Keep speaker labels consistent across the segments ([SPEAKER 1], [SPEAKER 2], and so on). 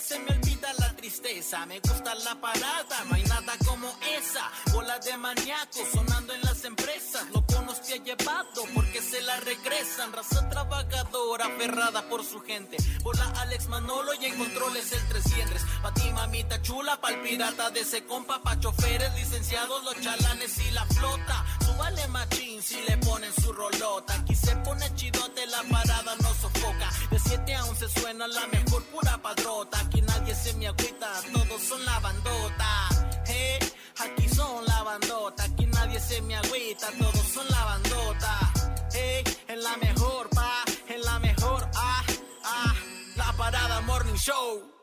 [SPEAKER 1] se me olvida la tristeza. Me gusta la parada, no hay nada como esa. Bolas de maníaco sonando en las empresas. Loco nos te ha llevado porque se la regresan. Raza trabajadora, aferrada por su gente. Bola Alex Manolo y en controles el 300. Pa' ti, mamita chula, pa'l pirata de ese compa. Pa' choferes, licenciados, los chalanes y la flota. Súbale machín si le ponen su rolota. Aquí se pone chidote, la parada no sofoca. De 7 a 11 suena la mejor pura padrota. Aquí nadie se me agüita, todos son la bandota. Hey, aquí son la bandota. Aquí nadie se me agüita, todos son la bandota. Hey, en la mejor, pa, en la mejor, ah, ah. La parada Morning Show.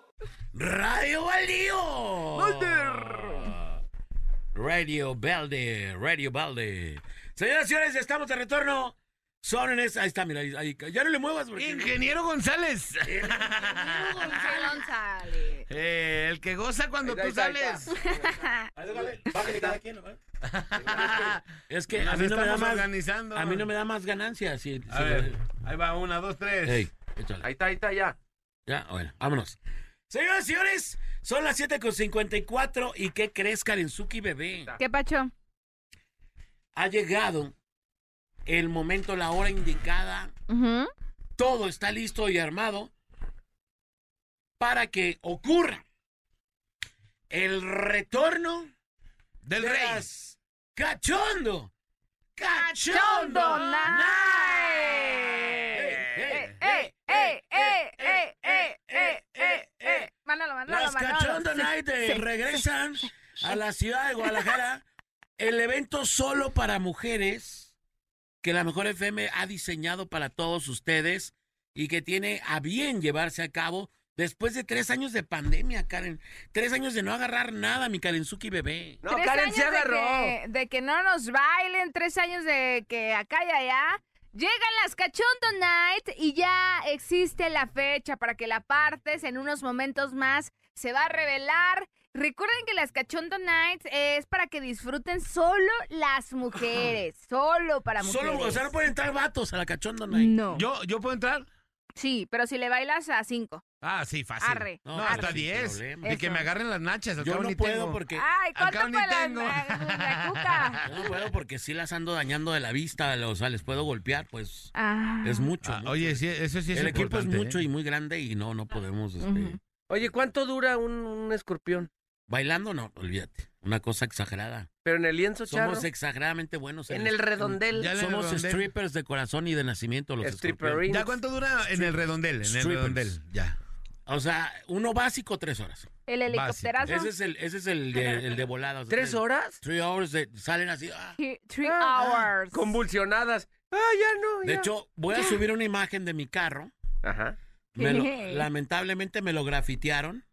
[SPEAKER 2] Radio Baldío. Radio Balde, Radio Balde. Señoras y señores, estamos de retorno. Son en esa. Ahí está, mira, ahí, ahí- ya no le muevas, porque-
[SPEAKER 3] Ingeniero González.
[SPEAKER 4] Gonzalo González.
[SPEAKER 3] Eh, el que goza cuando tú sales.
[SPEAKER 2] Ahí, déjale, bájale cada quien, ¿no? Es que
[SPEAKER 3] Nos
[SPEAKER 2] a mí, no me da
[SPEAKER 3] estamos
[SPEAKER 2] más,
[SPEAKER 3] organizando.
[SPEAKER 2] a mí no me da más ganancias. si-
[SPEAKER 3] A
[SPEAKER 2] si-
[SPEAKER 3] ver, ahí va, una, dos, tres.
[SPEAKER 2] Ey, échale.
[SPEAKER 5] Ahí está, ahí está, ya.
[SPEAKER 2] Ya, bueno, vámonos. Señoras y señores, son las 7.54 y que crezca Karenzuki bebé.
[SPEAKER 4] ¿Qué pacho?
[SPEAKER 2] Ha llegado el momento, la hora indicada.
[SPEAKER 4] Ujú.
[SPEAKER 2] Todo está listo y armado para que ocurra el retorno
[SPEAKER 3] Del
[SPEAKER 2] de
[SPEAKER 3] rey.
[SPEAKER 2] las cachondo. Cachondo.
[SPEAKER 4] Cachondo
[SPEAKER 2] Ey,
[SPEAKER 4] Night.
[SPEAKER 2] ey,
[SPEAKER 4] Eh, eh, eh, eh, eh, eh, eh, eh, eh. Manolo, Manolo,
[SPEAKER 2] Las
[SPEAKER 4] Manolo.
[SPEAKER 2] Cachondo
[SPEAKER 4] Sí,
[SPEAKER 2] Night eh,
[SPEAKER 4] sí.
[SPEAKER 2] regresan a la ciudad de Guadalajara. El evento solo para mujeres que la Mejor FM ha diseñado para todos ustedes y que tiene a bien llevarse a cabo después de tres años de pandemia, Karen. Tres años de no agarrar nada, mi Karenzuki bebé.
[SPEAKER 5] No,
[SPEAKER 4] Tres
[SPEAKER 5] Karen
[SPEAKER 4] años
[SPEAKER 5] se agarró.
[SPEAKER 4] De que, de que no nos bailen, tres años de que acá y allá. Llegan las Cachondo Night y ya existe la fecha para que la partes en unos momentos más. Se va a revelar. Recuerden que las Cachondo Nights es para que disfruten solo las mujeres. Solo para mujeres.
[SPEAKER 2] Solo, o sea, no pueden entrar vatos a la Cachondo Night.
[SPEAKER 4] No.
[SPEAKER 3] ¿Yo, ¿Yo puedo entrar?
[SPEAKER 4] Sí, pero si le bailas a cinco.
[SPEAKER 3] Ah, sí, fácil.
[SPEAKER 4] Arre,
[SPEAKER 3] no,
[SPEAKER 2] arre.
[SPEAKER 3] hasta
[SPEAKER 2] Sin
[SPEAKER 3] 10.
[SPEAKER 2] problema.
[SPEAKER 3] Y que
[SPEAKER 4] Eso.
[SPEAKER 3] me agarren las nachas. al
[SPEAKER 2] Yo
[SPEAKER 3] cabo
[SPEAKER 2] no
[SPEAKER 3] ni
[SPEAKER 2] puedo
[SPEAKER 3] tengo.
[SPEAKER 2] porque...
[SPEAKER 4] Ay, Ah,
[SPEAKER 3] Acá
[SPEAKER 4] ¿cuánto
[SPEAKER 3] ni
[SPEAKER 4] para la,
[SPEAKER 3] tengo.
[SPEAKER 4] la cuca?
[SPEAKER 2] Yo no puedo porque sí las ando dañando de la vista, o sea, les puedo golpear, pues
[SPEAKER 4] Ah.
[SPEAKER 2] es mucho.
[SPEAKER 3] Ah,
[SPEAKER 2] mucho.
[SPEAKER 3] oye, sí, eso sí es
[SPEAKER 2] el equipo es
[SPEAKER 3] importante,
[SPEAKER 2] mucho
[SPEAKER 3] ¿eh?
[SPEAKER 2] y muy grande y no, no podemos. este,
[SPEAKER 4] Ujú.
[SPEAKER 5] Oye, ¿cuánto dura un, un escorpión?
[SPEAKER 2] Bailando, no, olvídate. Una cosa exagerada.
[SPEAKER 5] Pero en el lienzo, charro.
[SPEAKER 2] Somos exageradamente buenos.
[SPEAKER 5] en el redondel.
[SPEAKER 3] Ya le
[SPEAKER 2] Somos
[SPEAKER 3] redondel.
[SPEAKER 2] strippers de corazón y de nacimiento los escorpiones.
[SPEAKER 5] Stripperines.
[SPEAKER 3] ¿Ya cuánto dura en el redondel? En el
[SPEAKER 2] Strippers.
[SPEAKER 3] redondel, ya.
[SPEAKER 2] O sea, uno básico, tres horas.
[SPEAKER 4] El helicópterazo.
[SPEAKER 2] Ese es el, ese es el de, el de volada. o sea,
[SPEAKER 5] ¿Tres horas?
[SPEAKER 2] Three hours de- salen así. ah.
[SPEAKER 4] Three three
[SPEAKER 5] Ah,
[SPEAKER 4] hours.
[SPEAKER 5] Convulsionadas. Ah, ya no.
[SPEAKER 2] De
[SPEAKER 5] ya.
[SPEAKER 2] hecho, voy a subir una imagen de mi carro.
[SPEAKER 5] Ajá.
[SPEAKER 2] Me lo-
[SPEAKER 4] ¿Qué?
[SPEAKER 2] lamentablemente me lo grafitearon.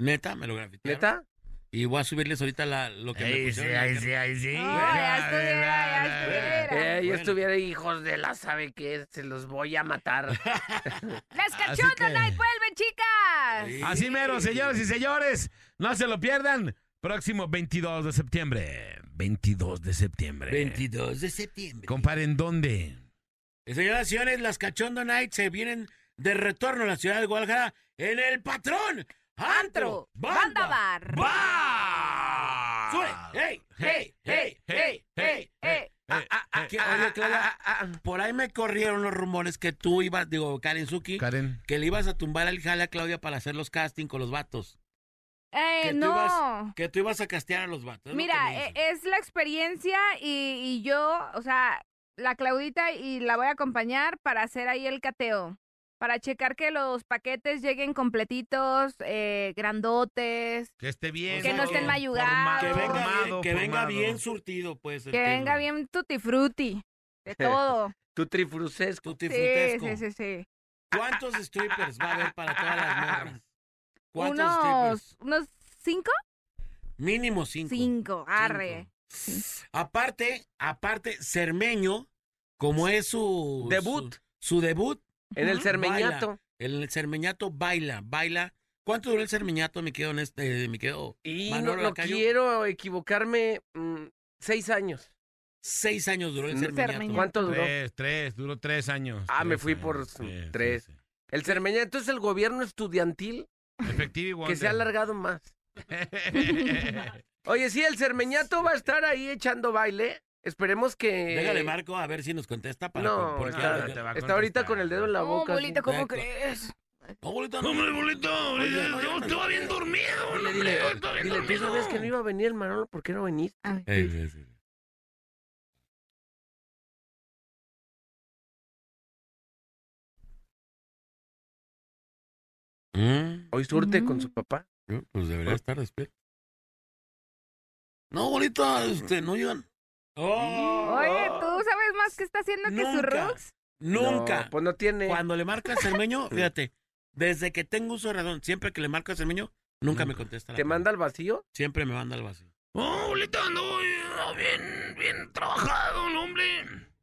[SPEAKER 2] Neta, me lo grafitearon.
[SPEAKER 5] ¿Neta?
[SPEAKER 2] Y voy a subirles ahorita la, lo que me
[SPEAKER 3] Ahí sí,
[SPEAKER 2] pusieron. en la
[SPEAKER 3] ahí
[SPEAKER 2] cara.
[SPEAKER 3] sí, ahí sí.
[SPEAKER 4] Ay, ya estuviera, ya estuviera.
[SPEAKER 5] Eh, yo
[SPEAKER 2] bueno.
[SPEAKER 5] estuviera hijos de la sabe que se los voy a matar.
[SPEAKER 4] Las
[SPEAKER 3] Así
[SPEAKER 4] cachondas
[SPEAKER 3] que-
[SPEAKER 4] night vuelven, chicas.
[SPEAKER 2] Sí.
[SPEAKER 3] Así mero, señoras y señores. No se lo pierdan. Próximo 22 de septiembre. 22 de septiembre.
[SPEAKER 2] 22 de septiembre. Eh,
[SPEAKER 3] Comparen dónde.
[SPEAKER 2] Señoras y señores, las Cachondo Nights se vienen de retorno a la ciudad de Guadalajara en el patrón. Antro,
[SPEAKER 4] Antro,
[SPEAKER 2] banda,
[SPEAKER 4] Banda Bar.
[SPEAKER 3] Ah.
[SPEAKER 2] bar. Sube, Ah, hey, hey, hey, hey, hey.
[SPEAKER 4] Eh,
[SPEAKER 2] Ah, ah, ah, que, oye, Claudia,
[SPEAKER 3] ah,
[SPEAKER 2] por ahí me corrieron los rumores que tú ibas, digo, Karen Suki,
[SPEAKER 3] Karen.
[SPEAKER 2] que le ibas a tumbar al jale a Claudia para hacer los casting con los vatos.
[SPEAKER 4] eh,
[SPEAKER 2] Que tú
[SPEAKER 4] no.
[SPEAKER 2] ibas- Que tú ibas a castear a los vatos. es lo que
[SPEAKER 4] Mira,
[SPEAKER 2] me
[SPEAKER 4] eh,
[SPEAKER 2] dicen.
[SPEAKER 4] es la experiencia y, y yo, o sea, la Claudita y la voy a acompañar para hacer ahí el cateo. Para checar que los paquetes lleguen completitos, eh, grandotes,
[SPEAKER 3] Que esté bien.
[SPEAKER 2] Que no estén
[SPEAKER 4] mayugados.
[SPEAKER 2] que venga, bien-
[SPEAKER 3] formado,
[SPEAKER 2] que venga
[SPEAKER 3] formado.
[SPEAKER 2] bien surtido, pues. el
[SPEAKER 4] que
[SPEAKER 2] tema.
[SPEAKER 4] venga bien tutti frutti, de todo.
[SPEAKER 5] Tu trifrucesco.
[SPEAKER 2] Tutti
[SPEAKER 4] sí,
[SPEAKER 2] frutesco.
[SPEAKER 4] sí, sí, sí.
[SPEAKER 2] ¿Cuántos strippers va a haber para todas las morras? ¿Cuántos
[SPEAKER 4] Unos,
[SPEAKER 2] strippers?
[SPEAKER 4] unos cinco,
[SPEAKER 2] Mínimo cinco.
[SPEAKER 4] cinco, arre.
[SPEAKER 2] Cinco. Aparte, aparte, Cermeño, como es su...
[SPEAKER 5] Debut.
[SPEAKER 2] Su, su debut,
[SPEAKER 5] En el
[SPEAKER 4] Ujú.
[SPEAKER 5] cermeñato.
[SPEAKER 2] el Cermeñato baila, baila. ¿Cuánto duró el Cermeñato, me quedo en este, me quedo
[SPEAKER 5] Y
[SPEAKER 2] Manolo
[SPEAKER 5] no, no
[SPEAKER 2] Lacayo.
[SPEAKER 5] quiero equivocarme. mm, seis años.
[SPEAKER 2] Seis años duró el
[SPEAKER 5] Mm,
[SPEAKER 2] Cermeñato.
[SPEAKER 4] Cermeñato.
[SPEAKER 5] ¿Cuánto duró?
[SPEAKER 3] Tres, tres, duró tres años.
[SPEAKER 5] Ah, me
[SPEAKER 3] Tres
[SPEAKER 5] fui por
[SPEAKER 3] años, sí,
[SPEAKER 5] tres.
[SPEAKER 3] sí, sí.
[SPEAKER 5] El cermeñato es el gobierno estudiantil
[SPEAKER 3] Efectivo y Wonder.
[SPEAKER 5] que se ha alargado más. Oye, sí, el Cermeñato va a estar ahí echando baile. Esperemos que.
[SPEAKER 2] Déjale, Marco, a ver si nos contesta para...
[SPEAKER 5] Eh, No,
[SPEAKER 2] por- porque-
[SPEAKER 5] está,
[SPEAKER 3] No, te va a
[SPEAKER 5] está ahorita
[SPEAKER 3] contestar.
[SPEAKER 5] con el dedo en la
[SPEAKER 4] No,
[SPEAKER 5] boca.
[SPEAKER 4] bolito, ¿cómo
[SPEAKER 2] Exacto.
[SPEAKER 4] crees?
[SPEAKER 2] No, bolito, no.
[SPEAKER 3] Hombre, bolito,
[SPEAKER 2] Oye,
[SPEAKER 3] yo
[SPEAKER 2] oye,
[SPEAKER 3] estaba bien dormido.
[SPEAKER 5] Dile,
[SPEAKER 3] hombre,
[SPEAKER 5] dile,
[SPEAKER 3] yo estaba bien
[SPEAKER 5] dile, tú
[SPEAKER 3] dormido.
[SPEAKER 5] sabes que no iba a venir el Manolo, ¿por qué no venís?
[SPEAKER 4] A ver.
[SPEAKER 2] Ey, ey, ey. Mm,
[SPEAKER 5] Hoy surte con
[SPEAKER 4] Mm.
[SPEAKER 5] su papá.
[SPEAKER 2] yo, pues debería estar despierto. No, bolita, este, no llegan.
[SPEAKER 4] Oye, ¿tú sabes más qué está haciendo que su
[SPEAKER 2] Nunca.
[SPEAKER 4] Rux?
[SPEAKER 2] Nunca.
[SPEAKER 5] No, pues no tiene.
[SPEAKER 2] Cuando le marca Cermeño, fíjate, desde que tengo uso de razón, siempre que le marca Cermeño, nunca me contesta. la
[SPEAKER 5] ¿Te
[SPEAKER 2] pregunta.
[SPEAKER 5] manda al vacío?
[SPEAKER 2] Siempre me manda al vacío.
[SPEAKER 3] Oh, bolito, ando eh, bien, bien trabajado, no, hombre.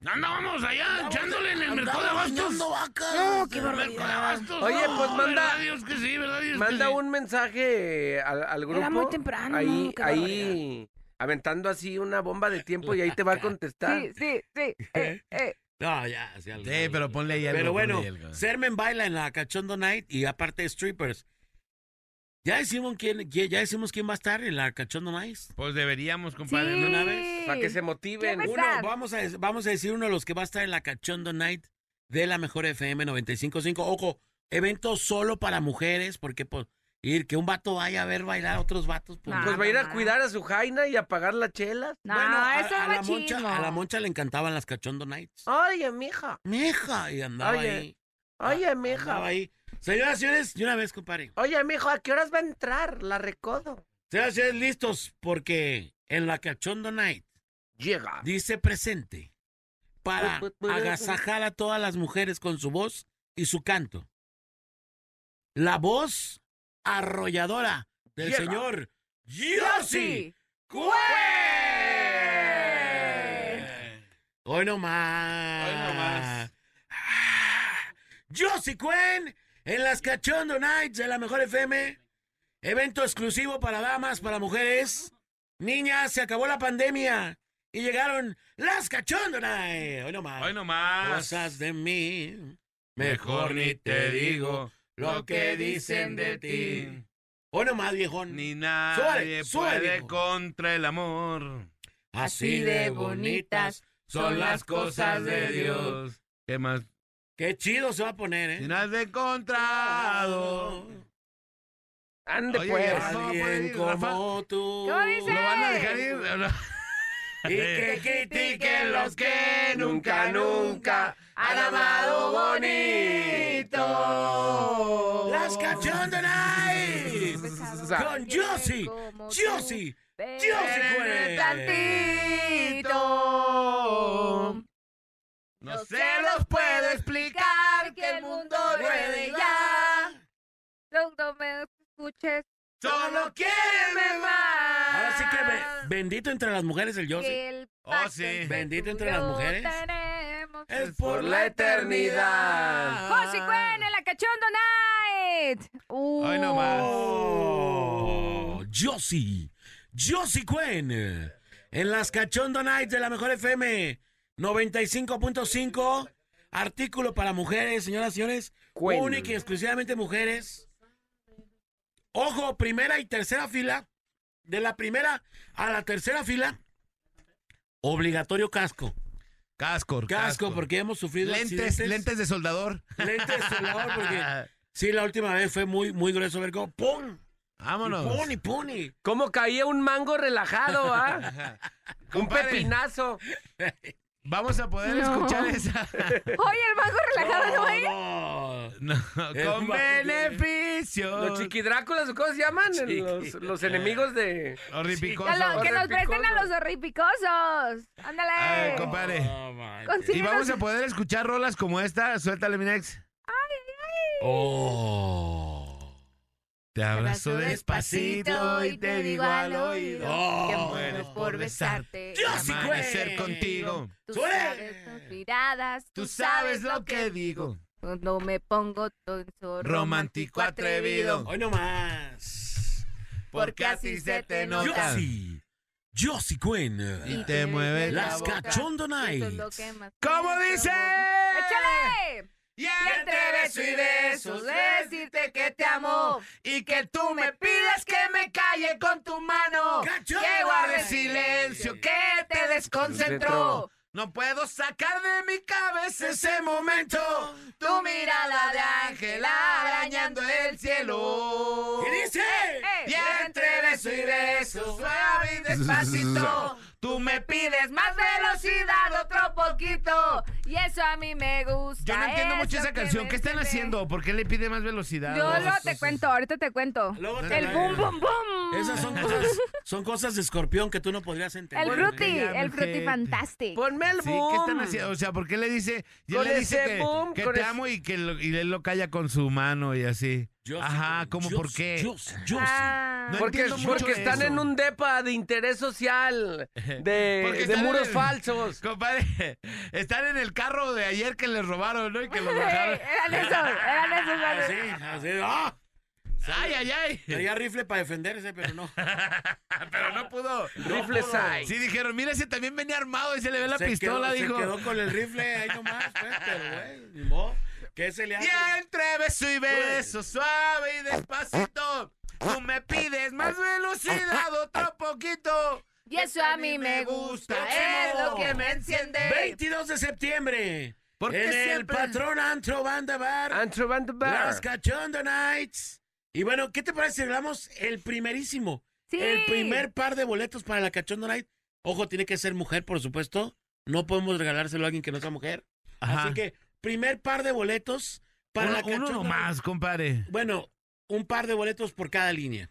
[SPEAKER 3] Andábamos allá echándole en el mercado de abastos.
[SPEAKER 2] No,
[SPEAKER 3] En el mercado de abastos.
[SPEAKER 5] Oh, Oye, pues,
[SPEAKER 3] no,
[SPEAKER 5] manda-
[SPEAKER 3] ¿verdad, Dios que sí, ¿verdad, Dios que
[SPEAKER 5] Manda
[SPEAKER 3] sí?
[SPEAKER 5] un mensaje al, al grupo.
[SPEAKER 6] muy temprano,
[SPEAKER 5] Ahí,
[SPEAKER 6] ¿no? Qué
[SPEAKER 5] ahí, aventando así una bomba de tiempo y ahí te va a contestar.
[SPEAKER 4] Sí, sí, sí. eh, eh.
[SPEAKER 2] No, ya, sí, algo.
[SPEAKER 3] Sí, pero ponle ahí algo.
[SPEAKER 2] Pero bueno,
[SPEAKER 3] ponle ahí algo.
[SPEAKER 2] Sermen baila en la Cachondo Night y aparte strippers. Ya decimos quién, quién- ya decimos quién va a estar en la Cachondo Night.
[SPEAKER 3] Pues deberíamos,
[SPEAKER 4] Sí.
[SPEAKER 3] compadre.
[SPEAKER 2] una vez.
[SPEAKER 5] Para que se motiven.
[SPEAKER 4] ¿Qué
[SPEAKER 2] Uno,
[SPEAKER 4] Empezar.
[SPEAKER 2] vamos a, des- vamos a decir uno de los que va a estar en la Cachondo Night de la mejor FM 95.5. Ojo, evento solo para mujeres, porque pues, ir que un vato vaya a ver bailar a otros vatos. pues,
[SPEAKER 4] No.
[SPEAKER 5] Pues
[SPEAKER 2] no.
[SPEAKER 5] va a ir a
[SPEAKER 4] mamá.
[SPEAKER 5] cuidar a su jaina y a pagar las chelas.
[SPEAKER 4] No,
[SPEAKER 2] Bueno, a,
[SPEAKER 4] eso
[SPEAKER 2] a
[SPEAKER 4] es
[SPEAKER 2] la moncha,
[SPEAKER 4] machismo.
[SPEAKER 2] a la Moncha le encantaban las Cachondo Nights.
[SPEAKER 5] Oye, mija.
[SPEAKER 2] Mija, y andaba
[SPEAKER 5] Oye,
[SPEAKER 2] ahí.
[SPEAKER 5] Oye,
[SPEAKER 2] Ah, Andaba
[SPEAKER 5] mija.
[SPEAKER 2] ahí. Señoras y señores, de una vez, compadre.
[SPEAKER 5] Oye, mijo, ¿a qué horas va a entrar? La recodo.
[SPEAKER 2] Señoras y señores, listos, porque en la Cachondo Night
[SPEAKER 5] Llega.
[SPEAKER 2] dice presente para
[SPEAKER 5] Pu- pu- pu-
[SPEAKER 2] agasajar a todas las mujeres con su voz y su canto. La voz arrolladora del
[SPEAKER 5] Llega.
[SPEAKER 2] señor
[SPEAKER 4] Sí.
[SPEAKER 2] Yossi Cue. Hoy no más.
[SPEAKER 3] Hoy no más.
[SPEAKER 2] Ah, Yossi Cuen en las Cachondo Nights de la Mejor FM. Evento exclusivo para damas, para mujeres. Niñas, se acabó la pandemia y llegaron las Cachondo Nights. Hoy no más.
[SPEAKER 3] Hoy nomás.
[SPEAKER 2] Cosas de mí. Mejor ni te digo lo que dicen de ti. Hoy no más, viejón.
[SPEAKER 3] Ni nadie
[SPEAKER 2] Suele, suele,
[SPEAKER 3] puede
[SPEAKER 2] hijo.
[SPEAKER 3] contra el amor.
[SPEAKER 2] Así de bonitas son las cosas de Dios.
[SPEAKER 3] ¿Qué más?
[SPEAKER 2] Qué chido se va a poner,
[SPEAKER 3] Ni
[SPEAKER 2] ¿eh?
[SPEAKER 3] nadie encontrado.
[SPEAKER 5] Ande
[SPEAKER 3] Oye,
[SPEAKER 5] pues.
[SPEAKER 3] ya.
[SPEAKER 2] Alguien
[SPEAKER 3] No, pues,
[SPEAKER 2] como tú.
[SPEAKER 4] ¿Cómo dice?
[SPEAKER 3] ¿Lo van a dejar ir? ¿O no?
[SPEAKER 2] Y que critiquen los que nunca, nunca
[SPEAKER 4] han amado
[SPEAKER 2] bonito. Las cachondonas. Con Josie, Josie, Josie, güey.
[SPEAKER 4] tantito.
[SPEAKER 3] No se los puedo explicar.
[SPEAKER 4] que el mundo
[SPEAKER 2] ruede ya.
[SPEAKER 4] No, no me escuches.
[SPEAKER 3] Solo quiéreme más.
[SPEAKER 2] Ahora sí que be- bendito entre las mujeres el Josie.
[SPEAKER 4] Ah. Que el
[SPEAKER 3] Oh,
[SPEAKER 4] pacto
[SPEAKER 3] sí.
[SPEAKER 4] entre
[SPEAKER 2] Bendito
[SPEAKER 4] tú
[SPEAKER 2] entre
[SPEAKER 4] y
[SPEAKER 2] las
[SPEAKER 4] yo
[SPEAKER 2] mujeres.
[SPEAKER 4] tenemos.
[SPEAKER 2] Es
[SPEAKER 3] por la
[SPEAKER 2] Ah.
[SPEAKER 3] eternidad.
[SPEAKER 4] Josie Cuen en la cachondo Uh. night.
[SPEAKER 3] Hoy no más.
[SPEAKER 2] Oh, Josie, Josie Cuen. En las Cachondo Nights de la Mejor FM 95.5. Artículo para mujeres, señoras y señores.
[SPEAKER 5] Cuen.
[SPEAKER 2] Única y exclusivamente mujeres. Ojo, primera y tercera fila. De la primera a la tercera fila. Obligatorio casco.
[SPEAKER 3] Casco,
[SPEAKER 2] Casco, porque hemos sufrido
[SPEAKER 3] lentes,
[SPEAKER 2] accidentes.
[SPEAKER 3] lentes de soldador.
[SPEAKER 2] Lentes de soldador, porque sí, la última vez fue muy, muy grueso ver cómo ¡pum!
[SPEAKER 3] Vámonos.
[SPEAKER 2] Pony, pony.
[SPEAKER 5] ¿Cómo caía un mango relajado, ah? un
[SPEAKER 3] Compadre.
[SPEAKER 5] pepinazo.
[SPEAKER 3] Vamos a poder
[SPEAKER 4] No.
[SPEAKER 3] escuchar esa.
[SPEAKER 4] Oye, el mango relajado, ¿no, eh?
[SPEAKER 3] No, con beneficio.
[SPEAKER 5] Los chiquidráculas, ¿cómo se llaman?
[SPEAKER 2] Chiqui-
[SPEAKER 5] Los, los enemigos de...
[SPEAKER 3] Horripicoso.
[SPEAKER 4] Que, lo- que nos
[SPEAKER 5] Horripicosos.
[SPEAKER 4] presten a los horripicosos.
[SPEAKER 3] Ay,
[SPEAKER 4] Ándale.
[SPEAKER 3] compadre.
[SPEAKER 2] Oh, my God.
[SPEAKER 4] Consigue
[SPEAKER 3] Y vamos a poder escuchar rolas como esta. Suéltale, mi ex.
[SPEAKER 2] Oh.
[SPEAKER 3] Te abrazo despacito y te digo al oído.
[SPEAKER 2] Oh.
[SPEAKER 4] que
[SPEAKER 3] muero
[SPEAKER 4] muero por
[SPEAKER 3] por
[SPEAKER 4] besarte.
[SPEAKER 2] besarte. ¡Yo sí, güey!
[SPEAKER 3] Amanecer contigo.
[SPEAKER 4] Tú
[SPEAKER 2] ¡Suele!
[SPEAKER 4] sabes tus miradas,
[SPEAKER 3] Tú sabes lo que digo.
[SPEAKER 4] Cuando me pongo tonto,
[SPEAKER 3] Romántico, atrevido.
[SPEAKER 2] Hoy no más.
[SPEAKER 3] Porque así se te nota.
[SPEAKER 2] Yossi. Yossi Cuen.
[SPEAKER 3] Y te mueve
[SPEAKER 2] Las
[SPEAKER 3] la boca.
[SPEAKER 2] Cachondo
[SPEAKER 4] Eso es
[SPEAKER 2] Nights.
[SPEAKER 4] lo que más
[SPEAKER 3] ¿Cómo
[SPEAKER 4] me
[SPEAKER 3] dice?
[SPEAKER 4] provoca. ¡Échale!
[SPEAKER 6] Y
[SPEAKER 4] Y entre besos y besos, decirte que te amo.
[SPEAKER 6] Y que tú me pidas que me calle con tu mano.
[SPEAKER 2] ¡Cachón!
[SPEAKER 6] Que guarde silencio, que te desconcentró. No puedo sacar de mi cabeza ese momento. Tu mirada de ángel arañando el cielo.
[SPEAKER 2] ¿Qué dice?
[SPEAKER 4] Eh,
[SPEAKER 6] Y entre beso y beso, suave y despacito. Tú me pides
[SPEAKER 4] Más velocidad, otro poquito. Y eso a mí me gusta.
[SPEAKER 6] Yo no entiendo mucho
[SPEAKER 4] eso
[SPEAKER 6] esa
[SPEAKER 4] que
[SPEAKER 6] canción.
[SPEAKER 4] me
[SPEAKER 6] ¿Qué están
[SPEAKER 4] sirve.
[SPEAKER 6] haciendo? ¿Por qué le pide más velocidad?
[SPEAKER 4] Yo lo te cuento, ahorita te cuento.
[SPEAKER 2] Luego te
[SPEAKER 4] El
[SPEAKER 2] la-
[SPEAKER 4] bum, bum, bum.
[SPEAKER 2] Esas son cosas, son cosas de escorpión que tú no podrías entender.
[SPEAKER 4] El fruti,
[SPEAKER 6] ya,
[SPEAKER 4] el fruti
[SPEAKER 6] mujer.
[SPEAKER 4] fantástico.
[SPEAKER 5] Ponme el
[SPEAKER 6] Sí,
[SPEAKER 5] boom.
[SPEAKER 6] ¿qué están haciendo? O sea, ¿por qué le dice, ya
[SPEAKER 5] Con
[SPEAKER 6] le dice
[SPEAKER 5] ese
[SPEAKER 6] que,
[SPEAKER 5] boom,
[SPEAKER 6] que
[SPEAKER 5] con
[SPEAKER 6] te
[SPEAKER 5] ese-
[SPEAKER 6] amo y que lo- y él lo calla con su mano y así?
[SPEAKER 2] Yo sí,
[SPEAKER 6] Ajá, ¿cómo
[SPEAKER 2] yo
[SPEAKER 6] por
[SPEAKER 2] sí,
[SPEAKER 6] qué?
[SPEAKER 2] yo sí, yo sí.
[SPEAKER 4] Ah.
[SPEAKER 6] No
[SPEAKER 5] Porque,
[SPEAKER 6] entiendo mucho
[SPEAKER 5] porque
[SPEAKER 6] de
[SPEAKER 5] están
[SPEAKER 6] eso.
[SPEAKER 5] en un depa de interés social,
[SPEAKER 6] Porque
[SPEAKER 5] de, de
[SPEAKER 6] están en
[SPEAKER 5] muros
[SPEAKER 6] el-
[SPEAKER 5] falsos.
[SPEAKER 6] Compadre, están en el carro de ayer que les robaron, ¿no? Y que lo
[SPEAKER 4] Sí,
[SPEAKER 6] bajaron.
[SPEAKER 4] eran esos, eran esos.
[SPEAKER 2] Así,
[SPEAKER 4] eran-
[SPEAKER 2] así, ¡ah!
[SPEAKER 6] ¡Ay, ay, ay!
[SPEAKER 2] Traía rifle para defenderse, pero no.
[SPEAKER 6] Pero no pudo.
[SPEAKER 5] Rifle Sai.
[SPEAKER 6] Sí, dijeron, mira, ese también venía armado y se le ve la
[SPEAKER 2] Se
[SPEAKER 6] pistola,
[SPEAKER 2] quedó-
[SPEAKER 6] dijo.
[SPEAKER 2] Se quedó con el rifle ahí nomás, pues, pero güey, ni modo. ¿Qué se le hace?
[SPEAKER 6] Y entre beso y beso, suave y despacito. Tú me pides más velocidad, otro poquito.
[SPEAKER 4] Y eso a mí me gusta. Es lo que me enciende.
[SPEAKER 2] 22 de septiembre.
[SPEAKER 6] ¿Por qué
[SPEAKER 2] en el
[SPEAKER 6] siempre?
[SPEAKER 2] patrón Antro Banda Bar.
[SPEAKER 5] Antro Van de Bar.
[SPEAKER 2] Las Cachondo Nights. Y bueno, ¿qué te parece si hablamos el primerísimo?
[SPEAKER 4] Sí.
[SPEAKER 2] El primer par de boletos para la Cachondo Night. Ojo, tiene que ser mujer, por supuesto. No podemos regalárselo a alguien que no sea mujer.
[SPEAKER 6] Ajá.
[SPEAKER 2] Así que, primer par de boletos para la
[SPEAKER 6] Uno,
[SPEAKER 2] Cachondo
[SPEAKER 6] uno
[SPEAKER 2] Night.
[SPEAKER 6] nomás, compadre.
[SPEAKER 2] Bueno, un par de boletos por cada línea.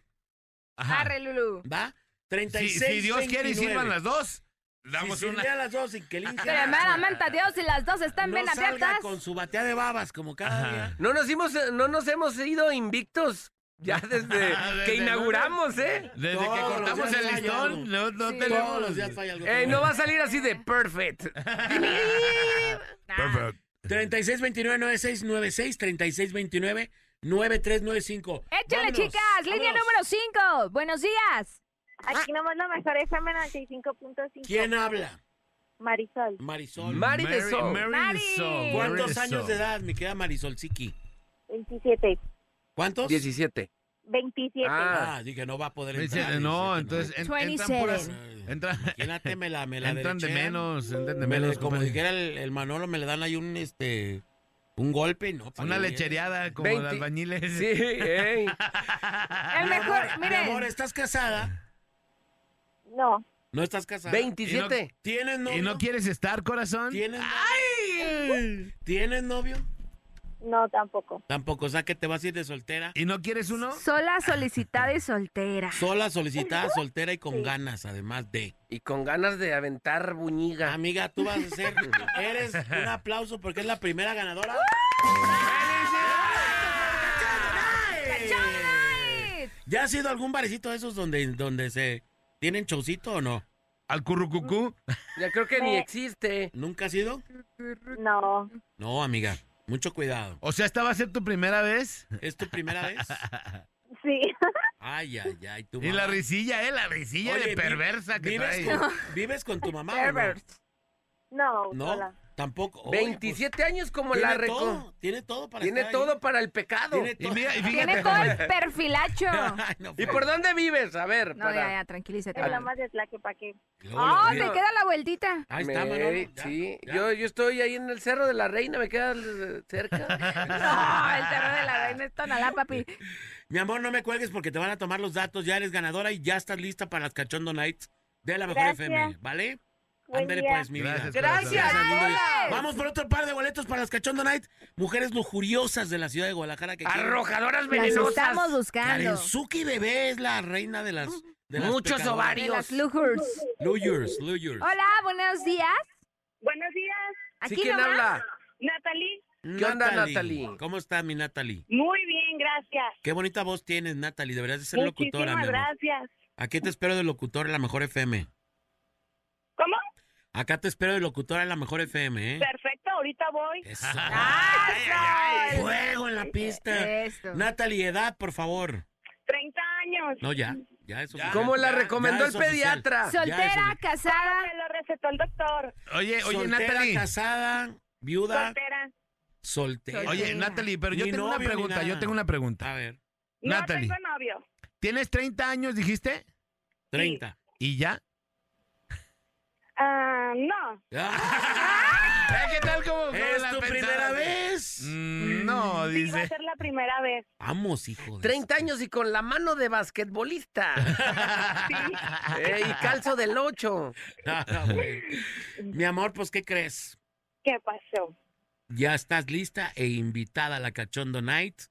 [SPEAKER 6] Ajá.
[SPEAKER 4] Arre, Lulu.
[SPEAKER 2] ¿Va?
[SPEAKER 6] Si,
[SPEAKER 2] 36.
[SPEAKER 6] si Dios quiere y sirvan las dos,
[SPEAKER 2] Damos
[SPEAKER 6] damos una.
[SPEAKER 2] a las dos sin que el Inge-
[SPEAKER 4] Primeramente, Dios, y las dos están
[SPEAKER 2] no
[SPEAKER 4] bien
[SPEAKER 2] salga
[SPEAKER 4] abiertas.
[SPEAKER 2] con su batea de babas como cada
[SPEAKER 6] Ajá.
[SPEAKER 2] día.
[SPEAKER 5] No nos, hemos, no nos hemos ido invictos ya desde
[SPEAKER 6] Desde-
[SPEAKER 5] que inauguramos, ¿eh?
[SPEAKER 6] Desde
[SPEAKER 2] Todos
[SPEAKER 6] que
[SPEAKER 2] los
[SPEAKER 6] cortamos
[SPEAKER 2] días
[SPEAKER 6] el
[SPEAKER 2] hay algo.
[SPEAKER 6] listón, no, no
[SPEAKER 4] Sí.
[SPEAKER 6] tenemos.
[SPEAKER 2] Todos los días falla algo.
[SPEAKER 5] Eh, no va a salir así de perfect.
[SPEAKER 4] Ah,
[SPEAKER 2] 3629-9696, 3629-9395.
[SPEAKER 4] Échale,
[SPEAKER 2] Vámonos,
[SPEAKER 4] chicas. Línea
[SPEAKER 2] vámonos.
[SPEAKER 4] número 5. Buenos días.
[SPEAKER 7] Aquí nomás la mejor FM 95.5.
[SPEAKER 2] ¿Quién habla?
[SPEAKER 7] Marisol.
[SPEAKER 2] Marisol.
[SPEAKER 5] Mari de Sol.
[SPEAKER 4] Mari.
[SPEAKER 6] Sol, Mary
[SPEAKER 2] ¿Cuántos
[SPEAKER 6] de
[SPEAKER 2] años
[SPEAKER 6] Sol.
[SPEAKER 2] de edad me queda Marisol Siki?
[SPEAKER 7] 27.
[SPEAKER 2] ¿Cuántos?
[SPEAKER 5] 17.
[SPEAKER 7] 27.
[SPEAKER 5] Ah.
[SPEAKER 2] Ah, dije, no va a poder
[SPEAKER 6] Me dice,
[SPEAKER 2] entrar.
[SPEAKER 6] no,
[SPEAKER 2] Dice que
[SPEAKER 6] entonces en-
[SPEAKER 4] 27.
[SPEAKER 6] entran puras.
[SPEAKER 2] Ay,
[SPEAKER 6] entran-
[SPEAKER 2] Imagínate, me la, me la
[SPEAKER 6] entran de
[SPEAKER 2] derechean.
[SPEAKER 6] menos, entran
[SPEAKER 2] Me
[SPEAKER 6] de menos.
[SPEAKER 2] les- como
[SPEAKER 6] compadre.
[SPEAKER 2] dijera el, el Manolo, me le dan ahí un este un golpe, ¿no? Para
[SPEAKER 6] Una
[SPEAKER 2] que-
[SPEAKER 6] lechereada como de
[SPEAKER 5] 20.
[SPEAKER 6] albañiles.
[SPEAKER 5] Sí, ey.
[SPEAKER 4] El
[SPEAKER 2] Ah, Mi amor,
[SPEAKER 4] mejor,
[SPEAKER 2] mi amor,
[SPEAKER 4] miren.
[SPEAKER 2] ¿estás casada?
[SPEAKER 7] No,
[SPEAKER 2] No estás casada.
[SPEAKER 5] 27.
[SPEAKER 2] ¿Tienes novio?
[SPEAKER 6] ¿Y no quieres estar, corazón?
[SPEAKER 2] ¿Tienes novio? ¿Tienes novio?
[SPEAKER 7] no tampoco.
[SPEAKER 2] Tampoco, o sea que te vas a ir de soltera.
[SPEAKER 6] ¿Y no quieres uno?
[SPEAKER 4] Sola, solicitada y soltera.
[SPEAKER 2] Sola, solicitada, soltera y con ganas, además de.
[SPEAKER 5] Y con ganas de aventar buñiga.
[SPEAKER 2] Amiga, tú vas a ser. Eres un aplauso porque es la primera ganadora.
[SPEAKER 4] ¡Chonai!
[SPEAKER 2] ¿Ya has ido a algún barecito de esos donde, donde se tienen showcito o no?
[SPEAKER 6] ¿Al currucucú?
[SPEAKER 5] Ya creo que ni existe.
[SPEAKER 2] ¿Nunca has ido?
[SPEAKER 7] No,
[SPEAKER 2] No, amiga. Mucho cuidado.
[SPEAKER 6] O sea, ¿esta va a ser tu primera vez?
[SPEAKER 2] ¿Es tu primera vez?
[SPEAKER 7] sí.
[SPEAKER 2] Ay, ay, ay. Tu
[SPEAKER 6] Y la
[SPEAKER 2] mamá.
[SPEAKER 6] risilla, ¿eh? La risilla
[SPEAKER 2] Oye,
[SPEAKER 6] de
[SPEAKER 2] vi-
[SPEAKER 6] perversa que
[SPEAKER 2] ¿Vives
[SPEAKER 6] trae.
[SPEAKER 2] con, ¿Vives con tu mamá? o no?
[SPEAKER 7] No,
[SPEAKER 2] No,
[SPEAKER 7] sola.
[SPEAKER 2] tampoco. Oye, pues,
[SPEAKER 5] 27 años como la
[SPEAKER 2] tiene
[SPEAKER 5] reco.
[SPEAKER 2] todo, tiene todo para
[SPEAKER 5] Tiene
[SPEAKER 2] estar ahí.
[SPEAKER 5] todo para el pecado.
[SPEAKER 2] Tiene
[SPEAKER 6] Y
[SPEAKER 2] todo.
[SPEAKER 6] mira, y
[SPEAKER 4] Tiene
[SPEAKER 6] fíjate.
[SPEAKER 4] todo el perfilacho.
[SPEAKER 2] Ay, no,
[SPEAKER 5] ¿Y
[SPEAKER 2] fue-
[SPEAKER 5] por dónde vives? A ver,
[SPEAKER 4] No,
[SPEAKER 5] para-
[SPEAKER 4] ya, ya, tranquilízate.
[SPEAKER 7] En la
[SPEAKER 4] Manolo.
[SPEAKER 7] más de Tlaquepaque.
[SPEAKER 2] Luego lo-
[SPEAKER 4] ¡Oh,
[SPEAKER 5] mira.
[SPEAKER 4] me queda la vueltita!
[SPEAKER 2] Ahí está,
[SPEAKER 5] Me-
[SPEAKER 2] Manolo. ya,
[SPEAKER 5] sí,
[SPEAKER 2] ya.
[SPEAKER 5] Yo, yo estoy ahí en el Cerro de la Reina, me queda eh, cerca.
[SPEAKER 4] No, el terror de la reina es Tonalá, papi.
[SPEAKER 2] Mi amor, no me cuelgues porque te van a tomar los datos. Ya eres ganadora y ya estás lista para las Cachondo Nights de la Mejor
[SPEAKER 7] Gracias.
[SPEAKER 2] FM, ¿vale?
[SPEAKER 7] Buen
[SPEAKER 2] Ándale,
[SPEAKER 7] día.
[SPEAKER 2] pues, mi vida.
[SPEAKER 6] Gracias,
[SPEAKER 5] Gracias,
[SPEAKER 6] corazón.
[SPEAKER 2] lindo día.
[SPEAKER 4] ¡Ay!
[SPEAKER 2] Vamos por otro par de boletos para las Cachondo Nights. Mujeres lujuriosas de la ciudad de Guadalajara que quieren-
[SPEAKER 5] Arrojadoras
[SPEAKER 4] Las
[SPEAKER 5] venenosas.
[SPEAKER 4] estamos buscando.
[SPEAKER 2] Karenzuki Bebé es la reina de las. De las
[SPEAKER 5] Muchos
[SPEAKER 2] pecadoras.
[SPEAKER 4] De
[SPEAKER 5] ovarios.
[SPEAKER 4] las lujurs.
[SPEAKER 2] Luyers, luyers.
[SPEAKER 4] Hola, buenos días.
[SPEAKER 7] Buenos días,
[SPEAKER 5] ¿Sí
[SPEAKER 4] Aquí
[SPEAKER 5] quién
[SPEAKER 4] nomás.
[SPEAKER 5] habla?
[SPEAKER 7] Natalie.
[SPEAKER 5] ¿Qué onda, Natalie?
[SPEAKER 2] ¿Cómo está mi Natalie?
[SPEAKER 7] Muy bien, gracias.
[SPEAKER 2] Qué bonita voz tienes, Natalie. Deberías de ser locutora, mi
[SPEAKER 7] Muchísimas
[SPEAKER 2] amor.
[SPEAKER 7] gracias.
[SPEAKER 2] Aquí te espero de locutora en la mejor FM.
[SPEAKER 7] ¿Cómo?
[SPEAKER 2] Acá te espero de locutora en la mejor FM, ¿eh?
[SPEAKER 7] Perfecto, ahorita voy.
[SPEAKER 2] Eso.
[SPEAKER 4] ¡Ah, sol!
[SPEAKER 2] Fuego en la pista.
[SPEAKER 4] Esto.
[SPEAKER 2] Natalie, edad, por favor.
[SPEAKER 7] 30 años.
[SPEAKER 2] No, ya. Ya eso.
[SPEAKER 5] ¿Cómo la recomendó el pediatra?
[SPEAKER 2] Ya
[SPEAKER 4] Soltera,
[SPEAKER 2] es
[SPEAKER 4] casada.
[SPEAKER 7] Me lo recetó el doctor.
[SPEAKER 6] Oye, oye,
[SPEAKER 2] Soltera,
[SPEAKER 6] Natalie.
[SPEAKER 2] casada, viuda,
[SPEAKER 7] Soltera.
[SPEAKER 2] soltera.
[SPEAKER 4] Oye,
[SPEAKER 6] Oye, Natalie, pero yo
[SPEAKER 2] Ni
[SPEAKER 6] tengo una
[SPEAKER 2] novio ni
[SPEAKER 6] pregunta,
[SPEAKER 2] nada.
[SPEAKER 6] yo tengo una pregunta.
[SPEAKER 2] A ver,
[SPEAKER 7] No
[SPEAKER 6] Natalie.
[SPEAKER 7] tengo novio.
[SPEAKER 6] ¿Tienes 30 años, dijiste?
[SPEAKER 2] 30.
[SPEAKER 6] ¿Y ya?
[SPEAKER 7] Ah, no.
[SPEAKER 2] Ah,
[SPEAKER 6] Eh, ¿Qué tal como como
[SPEAKER 2] ¿Es
[SPEAKER 6] la
[SPEAKER 2] tu
[SPEAKER 6] pensabas?
[SPEAKER 2] primera vez?
[SPEAKER 6] Mm, no,
[SPEAKER 7] Sí, va a
[SPEAKER 6] dice.
[SPEAKER 7] ser la primera vez.
[SPEAKER 2] Vamos, hijo de...
[SPEAKER 5] 30 años y con la mano de basquetbolista. Eh, y calzo del 8.
[SPEAKER 2] Ah, güey. Mi amor, pues, ¿qué crees?
[SPEAKER 7] ¿Qué pasó?
[SPEAKER 2] Ya estás lista e invitada a la Cachondo Night.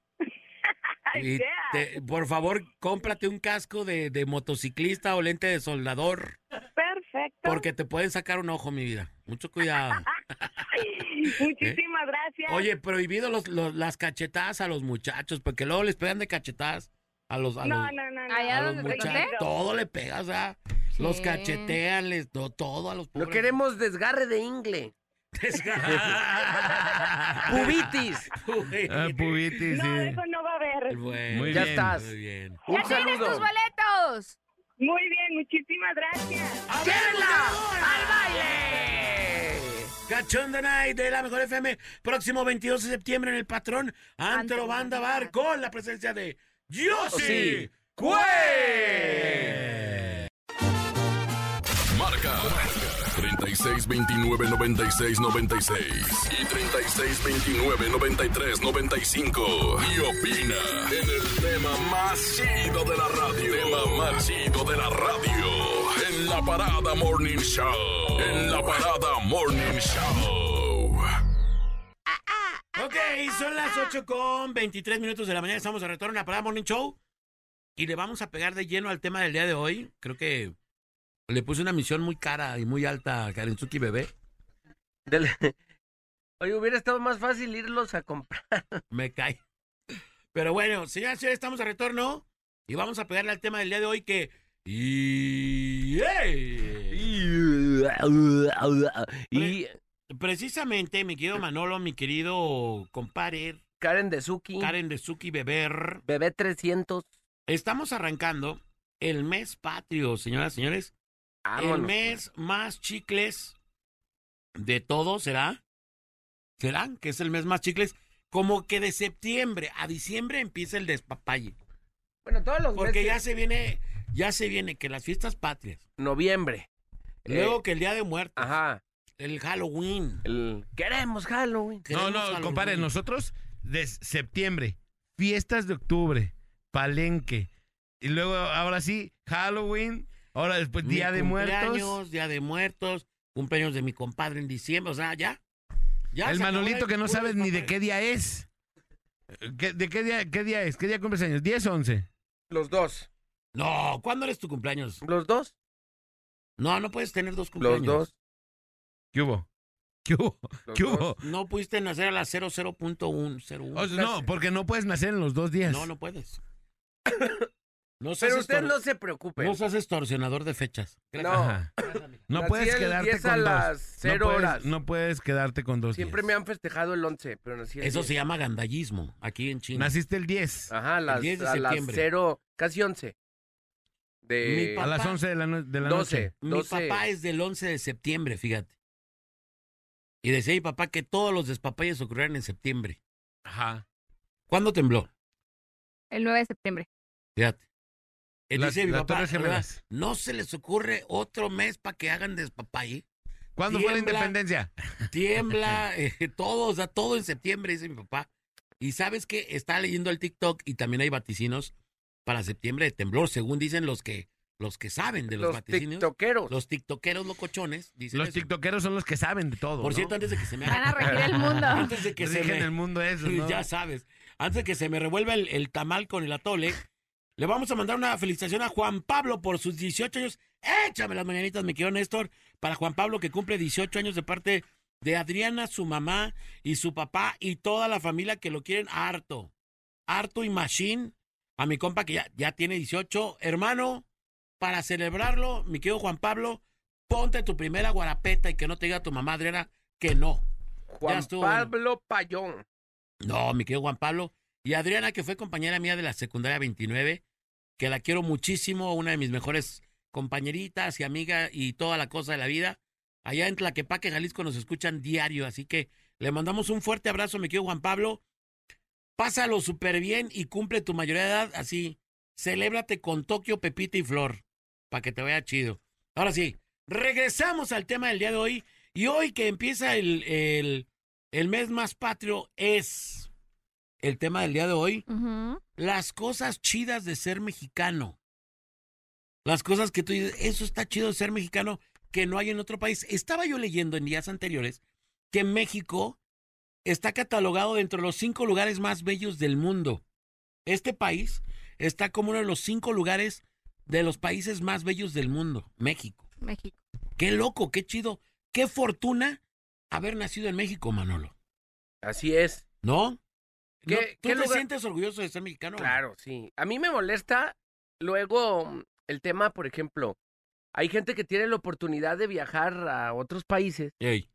[SPEAKER 2] Y
[SPEAKER 7] yeah.
[SPEAKER 2] te- por favor, cómprate un casco de, de motociclista o lente de soldador,
[SPEAKER 7] Perfecto.
[SPEAKER 2] porque te pueden sacar un ojo, mi vida. Mucho cuidado.
[SPEAKER 7] Muchísimas gracias.
[SPEAKER 2] ¿Eh? Oye, prohibido los, los- las cachetadas a los muchachos, porque luego les pegan de cachetadas a los, a
[SPEAKER 7] no,
[SPEAKER 2] los-
[SPEAKER 7] no, no, no.
[SPEAKER 2] a
[SPEAKER 4] Allá
[SPEAKER 2] los
[SPEAKER 4] donde te
[SPEAKER 2] muchachos.
[SPEAKER 4] conté.
[SPEAKER 2] Todo le pegas, ¿ah? Los
[SPEAKER 4] Sí.
[SPEAKER 2] cachetean, les, to- todo a los
[SPEAKER 5] Lo
[SPEAKER 2] pobres.
[SPEAKER 5] queremos desgarre de ingle. Ah, Pubitis.
[SPEAKER 6] Ah, pubitis,
[SPEAKER 7] No, de
[SPEAKER 6] sí.
[SPEAKER 7] eso no va a haber.
[SPEAKER 2] Bueno,
[SPEAKER 6] Muy
[SPEAKER 5] Ya
[SPEAKER 6] bien.
[SPEAKER 5] estás.
[SPEAKER 2] muy bien.
[SPEAKER 5] Un
[SPEAKER 4] ¡Ya tienes tus
[SPEAKER 5] saludo.
[SPEAKER 4] boletos!
[SPEAKER 7] Muy bien, muchísimas gracias.
[SPEAKER 5] ¡Llévenla al baile!
[SPEAKER 2] Cachonda Night de la Mejor FM, próximo 22 de septiembre en el Patrón Antro Banda Bar con la presencia de Yossi
[SPEAKER 5] Sí.
[SPEAKER 2] Cue.
[SPEAKER 8] Marca 36 29 96 96 y 36 29 93 95. Y opina en el tema más chido de la radio. Tema más chido de la radio. En la parada Morning Show. En la parada Morning Show.
[SPEAKER 2] Ok, son las 8 con 23 minutos de la mañana. Estamos de retorno a Parada Morning Show. Y le vamos a pegar de lleno al tema del día de hoy. Creo que le puse una misión muy cara y muy alta a Karenzuki Bebé.
[SPEAKER 5] Del- Oye, hubiera estado más fácil irlos a comprar.
[SPEAKER 2] Me cae. Pero bueno, señoras y señores, estamos de retorno. Y vamos a pegarle al tema del día de hoy que. Y- ¡Ey!
[SPEAKER 5] Y
[SPEAKER 2] Precisamente, mi querido Manolo, mi querido compadre,
[SPEAKER 5] Karen de Suki,
[SPEAKER 2] Karen de Suki Beber,
[SPEAKER 5] bebé 300.
[SPEAKER 2] estamos arrancando el mes patrio, señoras y señores.
[SPEAKER 5] Vámonos. pues.
[SPEAKER 2] El mes más chicles de todo será. ¿Será? Que es el mes más chicles. Como que de septiembre a diciembre empieza el despapalle.
[SPEAKER 5] Bueno, todos los
[SPEAKER 2] Porque
[SPEAKER 5] meses.
[SPEAKER 2] ya se viene, ya se viene que las fiestas patrias.
[SPEAKER 5] Noviembre. Eh,
[SPEAKER 2] Luego que el Día de Muertos,
[SPEAKER 5] Ajá.
[SPEAKER 2] el Halloween.
[SPEAKER 5] el- Queremos Halloween.
[SPEAKER 6] No,
[SPEAKER 2] Queremos
[SPEAKER 6] no,
[SPEAKER 2] Halloween.
[SPEAKER 6] compadre, nosotros desde septiembre, fiestas de octubre, palenque, y luego ahora sí, Halloween, ahora después
[SPEAKER 2] Mi
[SPEAKER 6] Día de Muertos.
[SPEAKER 2] cumpleaños, Día de Muertos, cumpleaños de mi compadre en diciembre, o sea, ya. Ya
[SPEAKER 6] El
[SPEAKER 2] se acabó
[SPEAKER 6] Manolito
[SPEAKER 2] el
[SPEAKER 6] que no
[SPEAKER 2] puro
[SPEAKER 6] sabes ni de
[SPEAKER 2] despapalle.
[SPEAKER 6] qué día es. Eh, ¿Qué- ¿De qué día, qué día es? ¿Qué día cumples años? ¿10 o 11?
[SPEAKER 5] Los dos.
[SPEAKER 2] No, ¿cuándo eres tu cumpleaños?
[SPEAKER 5] Los dos.
[SPEAKER 2] No, no puedes tener dos
[SPEAKER 5] Los
[SPEAKER 2] cumpleaños.
[SPEAKER 5] dos.
[SPEAKER 6] ¿Qué hubo? ¿Qué hubo?
[SPEAKER 5] los
[SPEAKER 6] ¿Qué
[SPEAKER 5] dos.
[SPEAKER 6] hubo?
[SPEAKER 2] No pudiste nacer a las 00.101.
[SPEAKER 6] O sea, no, porque no puedes nacer en los dos días.
[SPEAKER 2] No, no puedes. No seas,
[SPEAKER 5] Pero usted
[SPEAKER 2] estor-
[SPEAKER 5] no se preocupe.
[SPEAKER 2] no seas extorsionador de fechas.
[SPEAKER 5] No.
[SPEAKER 6] Ajá. No
[SPEAKER 5] Nací
[SPEAKER 6] puedes
[SPEAKER 5] el
[SPEAKER 6] quedarte
[SPEAKER 5] 10
[SPEAKER 6] con
[SPEAKER 5] a
[SPEAKER 6] dos.
[SPEAKER 5] las cero
[SPEAKER 6] no, puedes,
[SPEAKER 5] horas.
[SPEAKER 6] no puedes quedarte con dos
[SPEAKER 5] Siempre
[SPEAKER 6] días.
[SPEAKER 5] me han festejado el 11, pero nací el
[SPEAKER 2] Eso
[SPEAKER 5] 10.
[SPEAKER 2] se llama gandallismo aquí en China.
[SPEAKER 6] Naciste el 10.
[SPEAKER 5] Ajá, a las,
[SPEAKER 2] 10 de
[SPEAKER 5] a las
[SPEAKER 2] septiembre.
[SPEAKER 5] cero, casi 11.
[SPEAKER 2] Mi
[SPEAKER 5] De
[SPEAKER 6] a
[SPEAKER 2] papá-
[SPEAKER 6] las 11 de la, no- de la
[SPEAKER 5] 12.
[SPEAKER 6] noche.
[SPEAKER 2] Mi
[SPEAKER 5] 12.
[SPEAKER 2] papá es del 11 de septiembre, fíjate. Y decía mi papá que todos los despapalles ocurrieron en septiembre.
[SPEAKER 6] Ajá.
[SPEAKER 2] ¿Cuándo tembló?
[SPEAKER 4] El 9 de septiembre.
[SPEAKER 2] Fíjate. Él
[SPEAKER 6] Las-
[SPEAKER 2] Eh, dice mi
[SPEAKER 6] las
[SPEAKER 2] papá,
[SPEAKER 6] Torres
[SPEAKER 2] "Oiga,
[SPEAKER 6] Gemelas".
[SPEAKER 2] no se les ocurre otro mes para que hagan despapalle.
[SPEAKER 6] ¿Cuándo fue la
[SPEAKER 2] Tiembla.
[SPEAKER 6] independencia?
[SPEAKER 2] Tiembla, eh, todo, o sea, todo en septiembre, dice mi papá. Y sabes que está leyendo el TikTok y también hay vaticinos para septiembre de temblor, según dicen los que, los que saben de los,
[SPEAKER 5] los
[SPEAKER 2] vaticinios.
[SPEAKER 5] tiktokeros.
[SPEAKER 2] Los tiktokeros locochones, dicen
[SPEAKER 6] Los
[SPEAKER 2] eso.
[SPEAKER 6] tiktokeros son los que saben de todo.
[SPEAKER 2] Por
[SPEAKER 6] ¿no?
[SPEAKER 2] cierto, antes de que se me
[SPEAKER 4] Van a
[SPEAKER 2] haga...
[SPEAKER 4] regir el mundo.
[SPEAKER 2] Antes de que
[SPEAKER 6] que
[SPEAKER 2] se me...
[SPEAKER 6] el mundo eso, ¿no?
[SPEAKER 2] Ya sabes. Antes de que se me revuelva el, el tamal con el atole, le vamos a mandar una felicitación a Juan Pablo por sus 18 años. Échame las mañanitas, mi querido Néstor, para Juan Pablo que cumple 18 años de parte de Adriana, su mamá y su papá y toda la familia que lo quieren harto. Harto y machine. A mi compa que ya, ya tiene 18. Hermano, para celebrarlo, mi querido Juan Pablo, ponte tu primera guarapeta y que no te diga tu mamá Adriana que no.
[SPEAKER 5] Juan
[SPEAKER 2] estuvo bueno.
[SPEAKER 5] Pablo Payón.
[SPEAKER 2] No, mi querido Juan Pablo. Y Adriana, que fue compañera mía de la secundaria 29, que la quiero muchísimo, una de mis mejores compañeritas y amiga y toda la cosa de la vida. Allá en Tlaquepaque, Jalisco, nos escuchan diario, así que Le mandamos un fuerte abrazo, mi querido Juan Pablo. Pásalo súper bien y cumple tu mayoría de edad así. Celébrate con Tokio, Pepita y Flor, para que te vaya chido. Ahora sí, regresamos al tema del día de hoy. Y hoy que empieza el, el, el mes más patrio es el tema del día de hoy.
[SPEAKER 4] Ujú.
[SPEAKER 2] Las cosas chidas de ser mexicano. Las cosas que tú dices, eso está chido de ser mexicano que no hay en otro país. Estaba yo leyendo en días anteriores que México está catalogado dentro de los cinco lugares más bellos del mundo. Este país está como uno de los cinco lugares de los países más bellos del mundo, México.
[SPEAKER 4] México.
[SPEAKER 2] Qué loco, qué chido, qué fortuna haber nacido en México, Manolo.
[SPEAKER 5] Así es.
[SPEAKER 2] ¿No?
[SPEAKER 5] ¿Qué-
[SPEAKER 2] No, ¿Tú
[SPEAKER 5] qué
[SPEAKER 2] te
[SPEAKER 5] lugar-
[SPEAKER 2] sientes orgulloso de ser mexicano?
[SPEAKER 5] Claro, sí. A mí me molesta luego mm, el tema, por ejemplo, hay gente que tiene la oportunidad de viajar a otros países
[SPEAKER 2] Ey,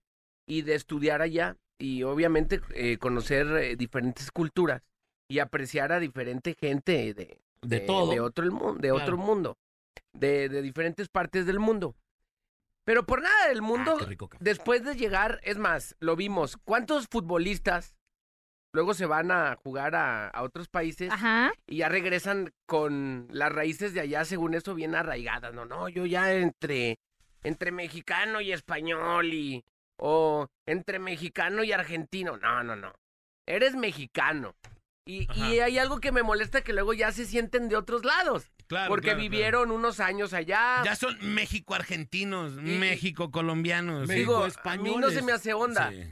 [SPEAKER 5] y de estudiar allá y obviamente eh, conocer eh, diferentes culturas y apreciar a diferente gente de,
[SPEAKER 2] de todo.
[SPEAKER 5] De otro, el mu- de
[SPEAKER 2] Claro.
[SPEAKER 5] otro mundo. De, de diferentes partes del mundo. Pero por nada del mundo,
[SPEAKER 2] Ah, qué rico café.
[SPEAKER 5] después de llegar, es más, lo vimos, ¿cuántos futbolistas luego se van a jugar a, a otros países
[SPEAKER 4] Ajá.
[SPEAKER 5] y ya regresan con las raíces de allá, según eso, bien arraigadas? No, no, yo ya entre, entre mexicano y español y... o entre mexicano y argentino. No, no, no. Eres mexicano. Y, y hay algo que me molesta que luego ya se sienten de otros lados.
[SPEAKER 6] Claro,
[SPEAKER 5] Porque
[SPEAKER 6] claro,
[SPEAKER 5] vivieron unos años allá.
[SPEAKER 6] claro. Ya son México-argentinos,
[SPEAKER 5] Y-
[SPEAKER 6] México-colombianos.
[SPEAKER 2] México-
[SPEAKER 5] Digo, a mí no
[SPEAKER 2] españoles.
[SPEAKER 5] se me hace onda.
[SPEAKER 6] Sí.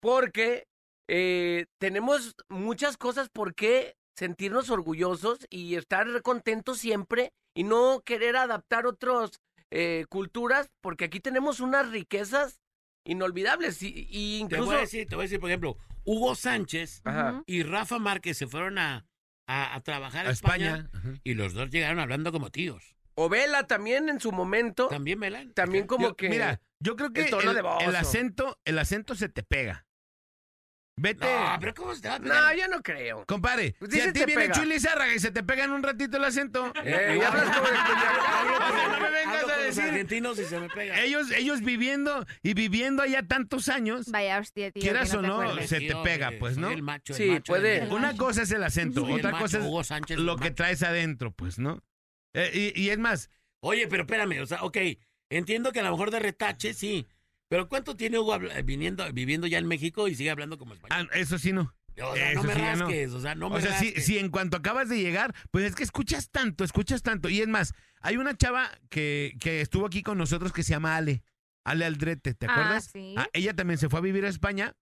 [SPEAKER 5] Porque eh, tenemos muchas cosas por qué sentirnos orgullosos y estar contentos siempre y no querer adaptar otras culturas, porque aquí tenemos unas riquezas inolvidables. Y, y
[SPEAKER 2] Te
[SPEAKER 5] incluso.
[SPEAKER 2] voy a decir, te voy a decir, por ejemplo, Hugo Sánchez
[SPEAKER 5] Ajá.
[SPEAKER 4] Ujú.
[SPEAKER 2] y Rafa Márquez se fueron a, a- a trabajar a
[SPEAKER 6] A
[SPEAKER 2] España,
[SPEAKER 6] España. Ajá.
[SPEAKER 2] y los dos llegaron hablando como tíos.
[SPEAKER 5] O Vela también en su momento.
[SPEAKER 2] También, Melán.
[SPEAKER 5] También como
[SPEAKER 6] Yo-
[SPEAKER 5] que.
[SPEAKER 6] Mira, yo creo que
[SPEAKER 5] el tono de voz, ¿no?
[SPEAKER 6] acento, el acento se te pega. Vete.
[SPEAKER 2] No, pero ¿cómo se va a
[SPEAKER 5] No,
[SPEAKER 2] pegar?
[SPEAKER 5] yo no creo.
[SPEAKER 6] Compadre,
[SPEAKER 5] Pues
[SPEAKER 6] si
[SPEAKER 5] sí
[SPEAKER 6] a
[SPEAKER 5] se
[SPEAKER 6] ti
[SPEAKER 5] te
[SPEAKER 6] viene
[SPEAKER 5] pega.
[SPEAKER 6] Chuy Lizárraga y se te pega en un ratito el acento.
[SPEAKER 5] Eh, ya hablas como de-
[SPEAKER 6] O sea, no me vengas
[SPEAKER 2] Hablo
[SPEAKER 6] a
[SPEAKER 2] con los
[SPEAKER 6] decir.
[SPEAKER 2] argentinos y se me pega.
[SPEAKER 6] Ellos, Pues, ellos viviendo y viviendo allá tantos años,
[SPEAKER 4] Vaya hostia, tío.
[SPEAKER 6] quieras
[SPEAKER 4] que
[SPEAKER 6] o no,
[SPEAKER 2] Pues
[SPEAKER 4] acuerdes.
[SPEAKER 6] se
[SPEAKER 2] sí,
[SPEAKER 6] te
[SPEAKER 2] hombre,
[SPEAKER 6] pega, pues,
[SPEAKER 2] soy
[SPEAKER 6] ¿no?
[SPEAKER 2] El macho, el
[SPEAKER 5] Sí,
[SPEAKER 2] macho, el
[SPEAKER 5] puede.
[SPEAKER 2] macho.
[SPEAKER 6] una cosa es el acento,
[SPEAKER 2] Soy el
[SPEAKER 6] otra
[SPEAKER 2] macho,
[SPEAKER 6] cosa es
[SPEAKER 2] Hugo Sánchez,
[SPEAKER 6] lo
[SPEAKER 2] el
[SPEAKER 6] que
[SPEAKER 2] macho.
[SPEAKER 6] traes adentro, pues, ¿no? Eh, y, y es más,
[SPEAKER 2] Oye, pero espérame, o sea, ok, entiendo que a lo mejor de retache, sí. Pero ¿cuánto tiene Hugo habla- viniendo, viviendo ya en México y sigue hablando como español?
[SPEAKER 6] ah, eso sí no.
[SPEAKER 2] o sea, no
[SPEAKER 6] eso
[SPEAKER 2] me
[SPEAKER 6] sí ya no.
[SPEAKER 2] rasques, o sea, no me
[SPEAKER 6] o sea, si,
[SPEAKER 2] rasques.
[SPEAKER 6] si en cuanto acabas de llegar, pues es que escuchas tanto, escuchas tanto. Y es más, hay una chava que, que estuvo aquí con nosotros que se llama Ale. Ale Aldrete, ¿te
[SPEAKER 4] Ah,
[SPEAKER 6] acuerdas?
[SPEAKER 4] sí.
[SPEAKER 6] ella también se fue a vivir a España.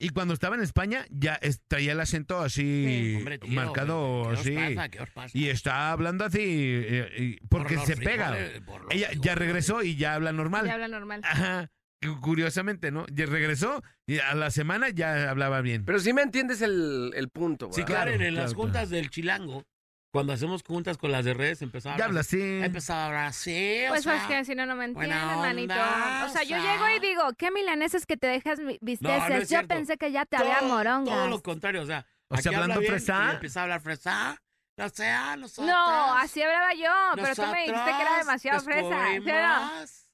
[SPEAKER 6] Y cuando estaba en España, ya es- traía el acento así,
[SPEAKER 2] Hombre, tío,
[SPEAKER 6] marcado,
[SPEAKER 2] ¿qué os
[SPEAKER 6] así.
[SPEAKER 2] pasa? ¿Qué os pasa?
[SPEAKER 6] Y está hablando así, eh, y- porque
[SPEAKER 2] Por los
[SPEAKER 6] se pega.
[SPEAKER 2] frijoles, por los
[SPEAKER 6] Ella ya
[SPEAKER 2] frijoles.
[SPEAKER 6] regresó y ya habla normal.
[SPEAKER 4] Ya habla normal.
[SPEAKER 6] Ajá. Curiosamente, ¿no? Ya regresó y a la semana ya hablaba bien.
[SPEAKER 5] Pero sí me entiendes el, el punto.
[SPEAKER 2] Sí,
[SPEAKER 5] ¿verdad?
[SPEAKER 2] claro,
[SPEAKER 6] Claro,
[SPEAKER 2] en
[SPEAKER 6] claro,
[SPEAKER 2] las juntas del Chilango, cuando hacemos juntas con las de redes, empezaba
[SPEAKER 6] ya
[SPEAKER 2] a hablar
[SPEAKER 6] habla así.
[SPEAKER 2] así. Empezaba a hablar así, o
[SPEAKER 4] Pues
[SPEAKER 2] sea,
[SPEAKER 4] pues que si no, no me entiendes,
[SPEAKER 2] buena
[SPEAKER 4] manito.
[SPEAKER 2] onda,
[SPEAKER 4] O sea, yo
[SPEAKER 2] o sea.
[SPEAKER 4] llego y digo, ¿qué milaneses que te dejas mi- visteces?
[SPEAKER 2] No, no es
[SPEAKER 4] yo
[SPEAKER 2] cierto.
[SPEAKER 4] pensé que ya te
[SPEAKER 2] todo-
[SPEAKER 4] había morongas.
[SPEAKER 2] Todo lo contrario, o sea,
[SPEAKER 6] O sea,
[SPEAKER 2] aquí habla
[SPEAKER 6] hablando
[SPEAKER 2] bien
[SPEAKER 6] fresá.
[SPEAKER 2] y Empieza a hablar fresa. No sea, nosotros.
[SPEAKER 4] No, así hablaba yo, pero tú me dijiste que era
[SPEAKER 2] nosotros
[SPEAKER 4] demasiado fresa. ¿sí o no?
[SPEAKER 2] descubrimos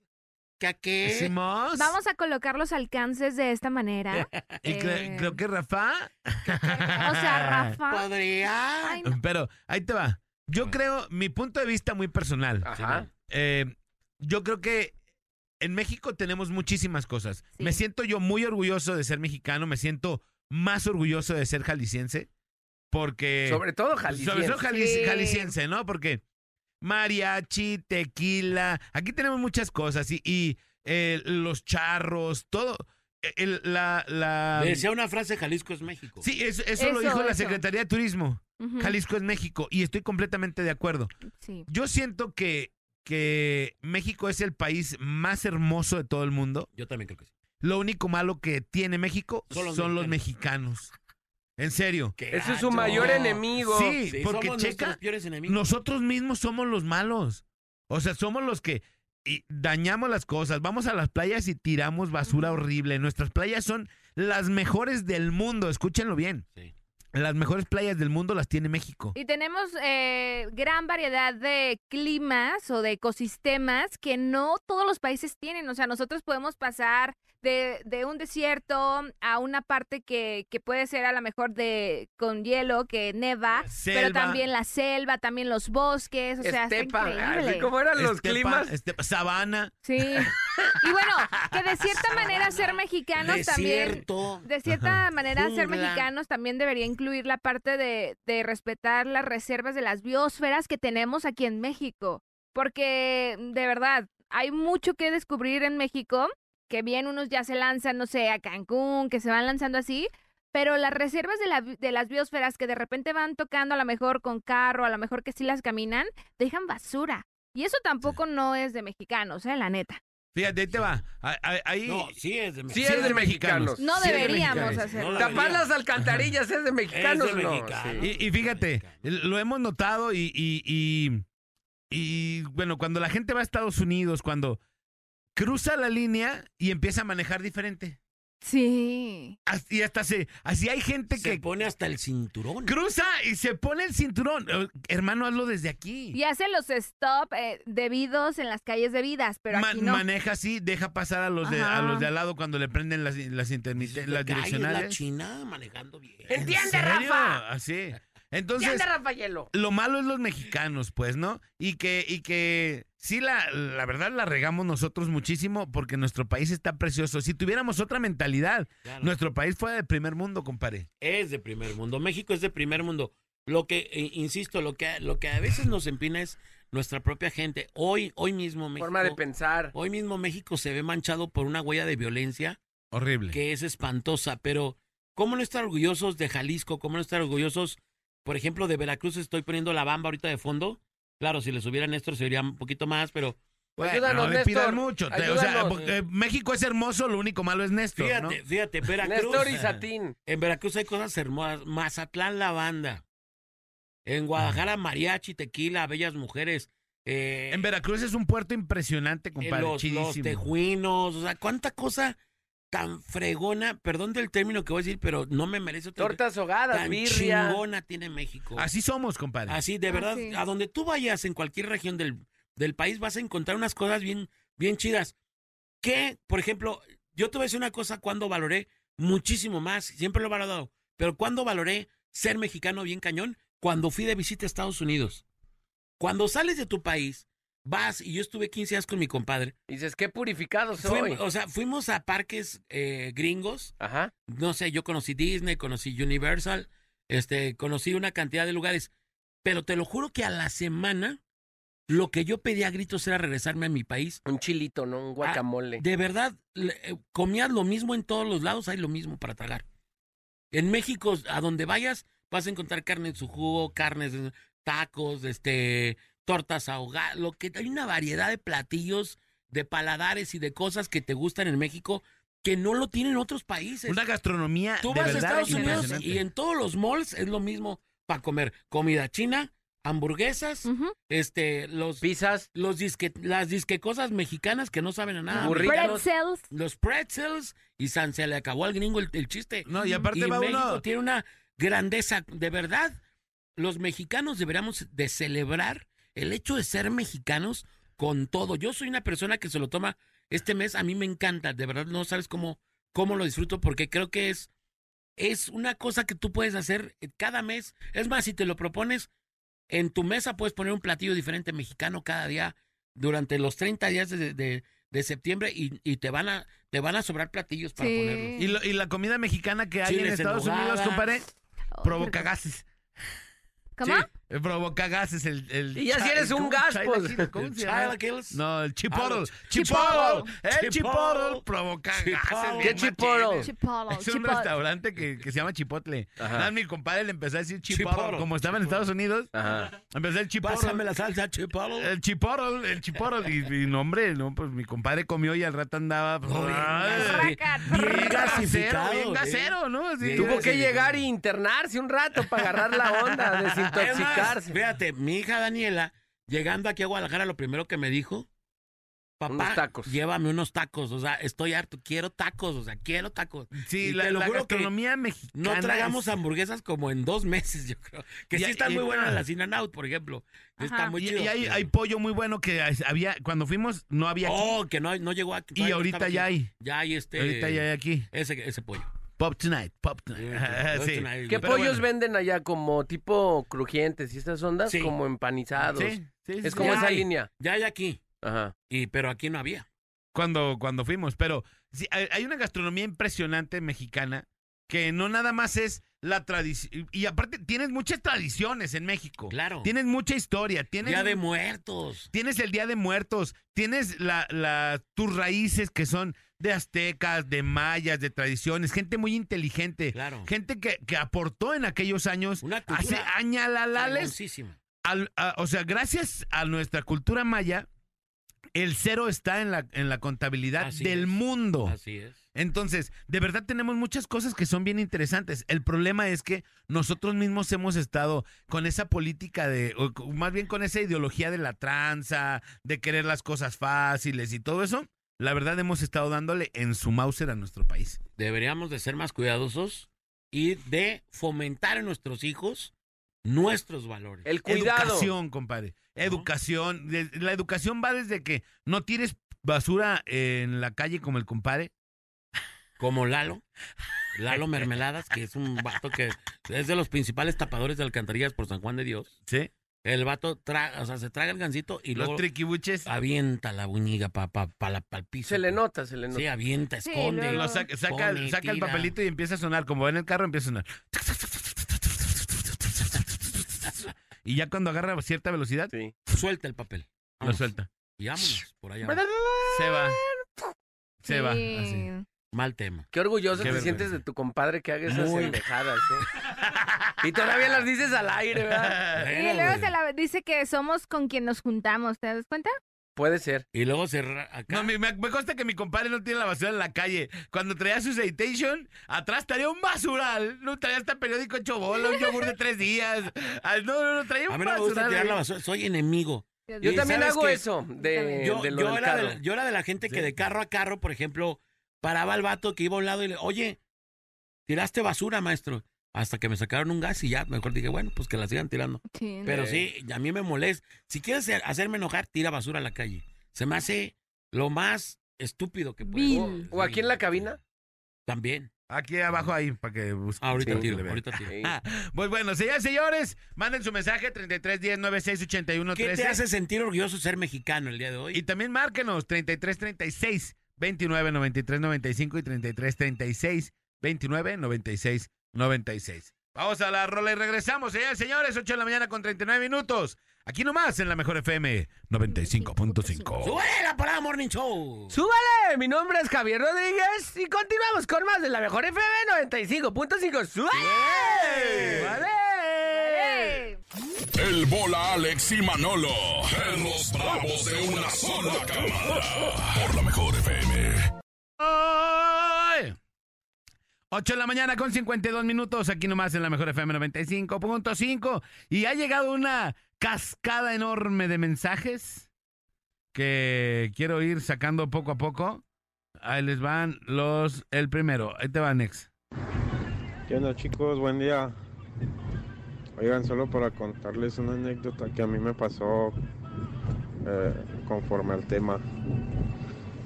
[SPEAKER 2] Que aquí.
[SPEAKER 6] Hicimos.
[SPEAKER 4] Vamos a colocar los alcances de esta manera.
[SPEAKER 6] Y cre-
[SPEAKER 4] Eh,
[SPEAKER 6] creo que Rafa.
[SPEAKER 4] O sea, Rafa.
[SPEAKER 2] Podría.
[SPEAKER 4] Ay, no.
[SPEAKER 6] Pero ahí te va. Yo creo, mi punto de vista muy personal.
[SPEAKER 5] Ajá.
[SPEAKER 6] eh, yo creo que en México tenemos muchísimas cosas.
[SPEAKER 4] Sí.
[SPEAKER 6] Me siento yo muy orgulloso de ser mexicano. Me siento más orgulloso de ser jalisciense. Porque.
[SPEAKER 5] Sobre todo Jalisco.
[SPEAKER 6] Sobre todo jali-
[SPEAKER 4] Sí.
[SPEAKER 6] jalisciense, ¿no? Porque mariachi, tequila, aquí tenemos muchas cosas y, y, eh, los charros, todo. eh, el- la, la-
[SPEAKER 2] Le decía una frase: Jalisco es México.
[SPEAKER 6] Sí, eso, eso
[SPEAKER 4] Eso,
[SPEAKER 6] lo dijo la
[SPEAKER 4] eso.
[SPEAKER 6] Secretaría de Turismo.
[SPEAKER 4] Ujú,
[SPEAKER 6] Jalisco es México y estoy completamente de acuerdo.
[SPEAKER 4] Sí.
[SPEAKER 6] Yo siento que, que México es el país más hermoso de todo el mundo.
[SPEAKER 2] Yo también creo que sí.
[SPEAKER 6] Lo único malo que tiene México
[SPEAKER 2] Son los
[SPEAKER 6] son los mexicanos. En serio.
[SPEAKER 2] Qué
[SPEAKER 5] Ese es su
[SPEAKER 2] gacho.
[SPEAKER 5] mayor enemigo.
[SPEAKER 6] Sí,
[SPEAKER 2] Sí,
[SPEAKER 6] porque
[SPEAKER 2] somos
[SPEAKER 6] checa,
[SPEAKER 2] nuestros peores enemigos.
[SPEAKER 6] nosotros mismos somos los malos. O sea, somos los que y, dañamos las cosas. Vamos a las playas y tiramos basura horrible. Nuestras playas son las mejores del mundo. Escúchenlo bien.
[SPEAKER 2] Sí.
[SPEAKER 6] Las mejores playas del mundo las tiene México.
[SPEAKER 4] Y tenemos eh, gran variedad de climas o de ecosistemas que no todos los países tienen. O sea, nosotros podemos pasar de, de un desierto a una parte que, que puede ser a lo mejor de con hielo, que neva, pero
[SPEAKER 6] Selva.
[SPEAKER 4] también la selva, también los bosques. O sea, está
[SPEAKER 5] Estepa, así
[SPEAKER 4] increíble.
[SPEAKER 5] como eran los
[SPEAKER 6] Estepa-
[SPEAKER 5] climas.
[SPEAKER 6] Estepa- sabana.
[SPEAKER 4] Sí. Y bueno, que de cierta manera ser mexicanos también
[SPEAKER 2] Desierto.
[SPEAKER 4] de cierta manera, ser
[SPEAKER 2] Jungla.
[SPEAKER 4] mexicanos también debería incluir la parte de, de respetar las reservas de las biosferas que tenemos aquí en México. Porque, mm, de verdad, hay mucho que descubrir en México, que bien unos ya se lanzan, no sé, a Cancún, que se van lanzando así, pero las reservas de, la bi- de las biosferas que de repente van tocando a lo mejor con carro, a lo mejor que sí las caminan, dejan basura. Y eso tampoco no es de mexicanos, ¿eh? La neta.
[SPEAKER 6] Fíjate, ahí te va. Ah, ah, Ahí.
[SPEAKER 2] No, sí es de México.
[SPEAKER 5] Sí es de mexicanos.
[SPEAKER 4] No
[SPEAKER 5] Sí es de
[SPEAKER 4] deberíamos
[SPEAKER 5] mexicanos.
[SPEAKER 2] No
[SPEAKER 4] hacerlo.
[SPEAKER 2] la
[SPEAKER 5] Tapar
[SPEAKER 2] debería.
[SPEAKER 5] las alcantarillas es de mexicanos,
[SPEAKER 2] Es de
[SPEAKER 5] no,
[SPEAKER 2] mexicanos.
[SPEAKER 5] sí.
[SPEAKER 6] Y, y fíjate, lo hemos notado y, y, y, y, bueno, cuando la gente va a Estados Unidos, cuando cruza la línea y empieza a manejar diferente.
[SPEAKER 4] Sí.
[SPEAKER 6] As- Y hasta se, así hay gente
[SPEAKER 2] Se
[SPEAKER 6] que
[SPEAKER 2] pone hasta el cinturón.
[SPEAKER 6] cruza y se pone el cinturón. Eh, Hermano, hazlo desde aquí.
[SPEAKER 4] Y hacen los stop eh, debidos en las calles debidas, pero
[SPEAKER 6] Ma-
[SPEAKER 4] aquí no.
[SPEAKER 6] Maneja así, deja pasar a los de, a
[SPEAKER 4] Ajá.
[SPEAKER 6] los de al lado cuando le prenden las, las, intermite-
[SPEAKER 2] Dices,
[SPEAKER 6] las
[SPEAKER 2] "Te calles, La
[SPEAKER 6] direccionales.
[SPEAKER 2] China manejando bien.
[SPEAKER 6] ¿En
[SPEAKER 5] ¡Entiende,
[SPEAKER 6] serio?
[SPEAKER 5] Rafa!
[SPEAKER 6] Así. Entonces,
[SPEAKER 5] ¡Entiende, Rafaelo!
[SPEAKER 6] lo malo es los mexicanos, pues, ¿no? Y que, y que sí, la, la verdad la regamos nosotros muchísimo porque nuestro país está precioso. Si tuviéramos otra mentalidad,
[SPEAKER 2] Claro.
[SPEAKER 6] nuestro país fuera de primer mundo, compadre.
[SPEAKER 2] Es de primer mundo. México es de primer mundo. Lo que, eh, insisto, lo que, lo que a veces nos empina es nuestra propia gente. Hoy, hoy mismo México.
[SPEAKER 5] Forma de pensar.
[SPEAKER 2] Hoy mismo México se ve manchado por una huella de violencia
[SPEAKER 6] Horrible.
[SPEAKER 2] que es espantosa, pero ¿cómo no estar orgullosos de Jalisco? ¿Cómo no estar orgullosos, por ejemplo, de Veracruz? Estoy poniendo la bamba ahorita de fondo. Claro, si le subiera Néstor se vería un poquito más, pero
[SPEAKER 5] Pues
[SPEAKER 6] Bueno,
[SPEAKER 5] ayúdanos,
[SPEAKER 6] no le pidan
[SPEAKER 5] Néstor,
[SPEAKER 6] mucho. Te- o sea,
[SPEAKER 5] ayúdanos.
[SPEAKER 6] porque, eh, México es hermoso, lo único malo es Néstor, ¿no?
[SPEAKER 2] fíjate, fíjate, Veracruz.
[SPEAKER 5] Néstor y Satín.
[SPEAKER 2] En Veracruz hay cosas hermosas. Mazatlán, la banda. En Guadalajara, mariachi, tequila, bellas mujeres. Eh,
[SPEAKER 6] En Veracruz es un puerto impresionante,
[SPEAKER 2] eh,
[SPEAKER 6] compadre.
[SPEAKER 2] los,
[SPEAKER 6] chidísimo.
[SPEAKER 2] los tejuinos. O sea, cuánta cosa tan fregona. Perdón del término que voy a decir, pero no me merece otro.
[SPEAKER 5] Tortas ahogadas,
[SPEAKER 2] tan
[SPEAKER 5] birria.
[SPEAKER 2] chingona tiene México.
[SPEAKER 6] Así somos, compadre.
[SPEAKER 2] Así, de verdad,
[SPEAKER 4] sí.
[SPEAKER 2] a donde tú vayas, en cualquier región del, del país, vas a encontrar unas cosas bien, bien chidas. Que, por ejemplo, yo te voy a decir una cosa cuando valoré muchísimo más, siempre lo he valorado, pero cuando valoré ser mexicano bien cañón, cuando fui de visita a Estados Unidos. Cuando sales de tu país, vas, y yo estuve 15 días con mi compadre,
[SPEAKER 5] Dices, qué purificado soy.
[SPEAKER 2] fuimos- o sea, fuimos a parques eh, gringos,
[SPEAKER 5] Ajá.
[SPEAKER 2] no sé, yo conocí Disney, conocí Universal, este, conocí una cantidad de lugares, pero te lo juro que a la semana lo que yo pedía a gritos era regresarme a mi país. Ah,
[SPEAKER 5] Un chilito, ¿no? Un guacamole.
[SPEAKER 2] De verdad, le- eh, comías lo mismo en todos los lados, hay lo mismo para tragar. En México, a donde vayas, vas a encontrar carne en su jugo, carnes, eh, tacos, este, tortas ahogadas, lo que hay una variedad de platillos, de paladares y de cosas que te gustan en México que no lo tienen otros países.
[SPEAKER 6] Una gastronomía
[SPEAKER 2] Tú
[SPEAKER 6] de
[SPEAKER 2] vas a
[SPEAKER 6] verdad
[SPEAKER 2] Estados Unidos
[SPEAKER 6] impresionante.
[SPEAKER 2] y en todos los malls es lo mismo para comer comida china, hamburguesas,
[SPEAKER 4] Ujú.
[SPEAKER 2] este, los,
[SPEAKER 5] Pizzas.
[SPEAKER 2] los disque, las disque cosas mexicanas que no saben a nada.
[SPEAKER 5] Burrito. Ríganos.
[SPEAKER 4] Pretzels.
[SPEAKER 2] Los pretzels y San se le acabó al gringo el, el chiste.
[SPEAKER 6] No, y aparte
[SPEAKER 2] Y
[SPEAKER 6] va
[SPEAKER 2] México
[SPEAKER 6] uno...
[SPEAKER 2] tiene una grandeza, de verdad. Los mexicanos deberíamos de celebrar el hecho de ser mexicanos con todo. Yo soy una persona que se lo toma este mes, a mí me encanta, de verdad no sabes cómo cómo lo disfruto porque creo que es es una cosa que tú puedes hacer cada mes. Es más, si te lo propones en tu mesa puedes poner un platillo diferente mexicano cada día durante los 30 días de, de- de septiembre y, y te van a te van a sobrar platillos para
[SPEAKER 4] Sí.
[SPEAKER 2] ponerlos.
[SPEAKER 6] Y, lo- y la comida mexicana que hay en
[SPEAKER 2] Chiles en
[SPEAKER 6] Estados Unidos,
[SPEAKER 2] nogada.
[SPEAKER 6] compadre,
[SPEAKER 4] Oh,
[SPEAKER 6] provoca
[SPEAKER 4] qué rico.
[SPEAKER 6] gases.
[SPEAKER 4] ¿Cómo?
[SPEAKER 6] Sí, eh, provoca gases el, el
[SPEAKER 5] Y ya si
[SPEAKER 6] cha-
[SPEAKER 5] eres un
[SPEAKER 6] ¿cómo?
[SPEAKER 5] gas,
[SPEAKER 6] Chilaquil,
[SPEAKER 5] pues.
[SPEAKER 6] ¿cómo
[SPEAKER 2] El
[SPEAKER 6] se llama?
[SPEAKER 2] chilaquiles.
[SPEAKER 6] No, el
[SPEAKER 2] Ah,
[SPEAKER 6] chipotle.
[SPEAKER 2] los
[SPEAKER 6] chipotle.
[SPEAKER 2] chipotle.
[SPEAKER 6] El chipotle
[SPEAKER 2] Chipotle.
[SPEAKER 6] provoca
[SPEAKER 2] Chipotle.
[SPEAKER 6] gases.
[SPEAKER 5] ¿Qué
[SPEAKER 6] bien
[SPEAKER 5] chipotle?
[SPEAKER 6] machín.
[SPEAKER 4] Chipotle,
[SPEAKER 6] Es un
[SPEAKER 4] chipotle.
[SPEAKER 6] restaurante que, que se llama Chipotle. Nada, mi compadre le empezó a decir chipotle.
[SPEAKER 2] Chipotle.
[SPEAKER 6] Como estaba en Estados Unidos,
[SPEAKER 5] Ajá.
[SPEAKER 6] empezó el chipotle.
[SPEAKER 2] Pásame la salsa, chipotle.
[SPEAKER 6] El chipotle, el chipotle. Y, y no, hombre, no, pues mi compadre comió y al rato andaba. pues,
[SPEAKER 2] No, bien
[SPEAKER 6] ay,
[SPEAKER 4] Raca,
[SPEAKER 2] bien
[SPEAKER 6] gasero,
[SPEAKER 2] gasificado,
[SPEAKER 6] bien
[SPEAKER 2] eh.
[SPEAKER 6] gasero, ¿no? Así,
[SPEAKER 2] Bien
[SPEAKER 5] Tuvo
[SPEAKER 2] Sí,
[SPEAKER 5] que
[SPEAKER 2] sí,
[SPEAKER 5] llegar
[SPEAKER 2] sí.
[SPEAKER 5] e internarse un rato para agarrar la onda,
[SPEAKER 2] Es más,
[SPEAKER 5] desintoxicarse.
[SPEAKER 2] fíjate, mi hija Daniela, llegando aquí a Guadalajara, lo primero que me dijo,
[SPEAKER 6] papá,
[SPEAKER 5] Unos tacos.
[SPEAKER 6] llévame unos tacos, o sea, estoy harto, quiero tacos, o sea, quiero tacos.
[SPEAKER 2] Sí,
[SPEAKER 6] Y
[SPEAKER 2] la,
[SPEAKER 6] te lo
[SPEAKER 2] la
[SPEAKER 6] juro que
[SPEAKER 2] gastronomía
[SPEAKER 6] No
[SPEAKER 2] mexicana.
[SPEAKER 6] tragamos
[SPEAKER 2] es-
[SPEAKER 6] hamburguesas como en dos meses, yo creo. Que
[SPEAKER 2] Y-
[SPEAKER 6] sí están
[SPEAKER 2] y-
[SPEAKER 6] muy buenas las In and Out, por ejemplo. Sí
[SPEAKER 4] Ajá.
[SPEAKER 6] Está muy
[SPEAKER 2] Y,
[SPEAKER 6] chido.
[SPEAKER 2] y hay, hay pollo muy bueno que había, cuando fuimos, no había aquí.
[SPEAKER 6] Oh, que no, no llegó aquí.
[SPEAKER 2] y
[SPEAKER 6] todavía no
[SPEAKER 2] ahorita
[SPEAKER 6] estaba
[SPEAKER 2] ya
[SPEAKER 6] aquí.
[SPEAKER 2] hay.
[SPEAKER 6] Ya hay este.
[SPEAKER 2] Ahorita ya hay aquí.
[SPEAKER 6] Ese, ese pollo. Este,
[SPEAKER 2] Pop tonight, pop tonight. Ajá, sí.
[SPEAKER 5] ¿Qué
[SPEAKER 2] Pero
[SPEAKER 5] pollos
[SPEAKER 2] bueno.
[SPEAKER 5] venden allá? Como tipo crujientes y estas ondas,
[SPEAKER 6] Sí.
[SPEAKER 5] como empanizados.
[SPEAKER 2] Sí, sí, sí,
[SPEAKER 5] Es como
[SPEAKER 2] sí.
[SPEAKER 6] Ya
[SPEAKER 5] esa
[SPEAKER 6] hay.
[SPEAKER 5] línea.
[SPEAKER 6] Ya hay aquí.
[SPEAKER 5] Ajá.
[SPEAKER 6] Y, pero aquí no había.
[SPEAKER 2] cuando, cuando fuimos. Pero sí, hay, hay una gastronomía impresionante mexicana que no nada más es la tradición. Y aparte, tienes muchas tradiciones en México.
[SPEAKER 6] Claro.
[SPEAKER 2] Tienes mucha historia. Tienes,
[SPEAKER 6] Día de muertos.
[SPEAKER 2] tienes el Día de Muertos. Tienes la, la- tus raíces que son de aztecas, de mayas, de tradiciones. Gente muy inteligente.
[SPEAKER 6] Claro.
[SPEAKER 2] Gente que, que aportó en aquellos años.
[SPEAKER 6] Una
[SPEAKER 2] Hace
[SPEAKER 6] cultura
[SPEAKER 2] añalalales
[SPEAKER 6] hermosísima.
[SPEAKER 2] al- a- o sea, gracias a nuestra cultura maya, el cero está en la, en la contabilidad
[SPEAKER 6] Así
[SPEAKER 2] del
[SPEAKER 6] es.
[SPEAKER 2] mundo.
[SPEAKER 6] Así es.
[SPEAKER 2] Entonces, de verdad tenemos muchas cosas que son bien interesantes. El problema es que nosotros mismos hemos estado con esa política de, o c- más bien con esa ideología de la tranza, de querer las cosas fáciles y todo eso. La verdad hemos estado dándole en su Mauser a nuestro país.
[SPEAKER 6] deberíamos de ser más cuidadosos y de fomentar en nuestros hijos nuestros valores.
[SPEAKER 5] El cuidado.
[SPEAKER 2] Educación, compadre.
[SPEAKER 6] Ajá.
[SPEAKER 2] Educación. De- La educación va desde que no tires basura en la calle como el compadre.
[SPEAKER 6] Como Lalo, Lalo Mermeladas, que es un vato que es de los principales tapadores de alcantarillas por San Juan de Dios.
[SPEAKER 2] Sí.
[SPEAKER 6] El vato traga, o sea, se traga el gancito y
[SPEAKER 2] Los
[SPEAKER 6] luego
[SPEAKER 2] triquibuches.
[SPEAKER 6] avienta la buñiga para pa, pa la- pa'l piso.
[SPEAKER 5] Se le nota, se le nota.
[SPEAKER 6] Sí, avienta,
[SPEAKER 4] Sí,
[SPEAKER 6] esconde.
[SPEAKER 4] luego-
[SPEAKER 2] Lo saca, saca,
[SPEAKER 6] Pone,
[SPEAKER 2] saca el
[SPEAKER 6] tira.
[SPEAKER 2] papelito y empieza a sonar. Como va en el carro, empieza a sonar. Y ya cuando agarra cierta velocidad,
[SPEAKER 5] Sí.
[SPEAKER 6] Suelta el papel.
[SPEAKER 2] lo
[SPEAKER 6] Vámonos.
[SPEAKER 2] suelta.
[SPEAKER 6] Y vámonos, por allá.
[SPEAKER 2] Se va. Se
[SPEAKER 4] Sí.
[SPEAKER 2] va. así.
[SPEAKER 6] Mal tema.
[SPEAKER 5] Qué orgulloso
[SPEAKER 2] Qué
[SPEAKER 5] te
[SPEAKER 2] vergüenza.
[SPEAKER 5] sientes de tu compadre que haga esas
[SPEAKER 6] Muy.
[SPEAKER 5] pendejadas, ¿eh? Y todavía las dices al aire, ¿verdad?
[SPEAKER 4] Y
[SPEAKER 6] Bueno,
[SPEAKER 4] luego
[SPEAKER 6] güey.
[SPEAKER 4] se la dice que somos con quien nos juntamos, ¿te das cuenta?
[SPEAKER 5] Puede ser.
[SPEAKER 6] Y luego se ra- acá.
[SPEAKER 2] No, me, me- me consta que mi compadre no tiene la basura en la calle. Cuando traía su citation, atrás traía un basural. No traía hasta periódico hecho bola, un yogur de tres días. Ah, No, no, no, traía un
[SPEAKER 6] A mí no me gusta
[SPEAKER 2] basural
[SPEAKER 6] tirar
[SPEAKER 2] ahí.
[SPEAKER 6] la basura, soy enemigo.
[SPEAKER 5] Yo
[SPEAKER 6] Y
[SPEAKER 5] también
[SPEAKER 6] ¿sabes
[SPEAKER 5] hago
[SPEAKER 6] qué?
[SPEAKER 5] eso de,
[SPEAKER 6] Yo,
[SPEAKER 5] de lo
[SPEAKER 6] yo
[SPEAKER 5] del
[SPEAKER 6] era de
[SPEAKER 5] carro.
[SPEAKER 6] la, yo era de la gente que
[SPEAKER 2] Sí.
[SPEAKER 6] de carro a carro, por ejemplo, paraba al vato que iba a un lado y le, oye, tiraste basura, maestro. Hasta que me sacaron un gas y ya, mejor dije, bueno, pues que la sigan tirando.
[SPEAKER 4] Sí, no.
[SPEAKER 6] Pero sí, a mí me molesta. Si quieres hacer- hacerme enojar, tira basura a la calle. Se me hace lo más estúpido que puede.
[SPEAKER 4] Vil.
[SPEAKER 5] ¿O aquí en la cabina?
[SPEAKER 6] También.
[SPEAKER 2] Aquí abajo ahí, para que busquen.
[SPEAKER 6] Ahorita
[SPEAKER 5] Sí,
[SPEAKER 6] tiro,
[SPEAKER 2] que le
[SPEAKER 6] ahorita tiro.
[SPEAKER 5] Sí.
[SPEAKER 2] Ah, pues bueno, señores, señores, manden su mensaje 33 10 96 81
[SPEAKER 6] ¿Qué te
[SPEAKER 2] 13.
[SPEAKER 6] hace sentir orgulloso ser mexicano el día de hoy?
[SPEAKER 2] Y también márquenos 33 36 29 93 95 y 33 36 29 96 96. Vamos a la rola y regresamos, señores, señores, 8 de la mañana con 39 minutos. Aquí nomás en la mejor FM 95.5.
[SPEAKER 6] ¡Súbele la parada Morning Show!
[SPEAKER 5] ¡Súbale! Mi nombre es Javier Rodríguez y continuamos con más de la mejor FM 95.5. ¡Súbale! ¡Vale!
[SPEAKER 4] Eh,
[SPEAKER 8] El bola Alex y Manolo. En los bravos de una sola cámara. Por la mejor FM.
[SPEAKER 2] 8 de la mañana con 52 minutos, aquí nomás en la mejor FM 95.5. Y ha llegado una cascada enorme de mensajes que quiero ir sacando poco a poco. Ahí les van los, el primero, ahí te va Nex.
[SPEAKER 9] ¿Qué onda chicos? Buen día. Oigan, solo para contarles una anécdota que a mí me pasó eh, conforme al tema.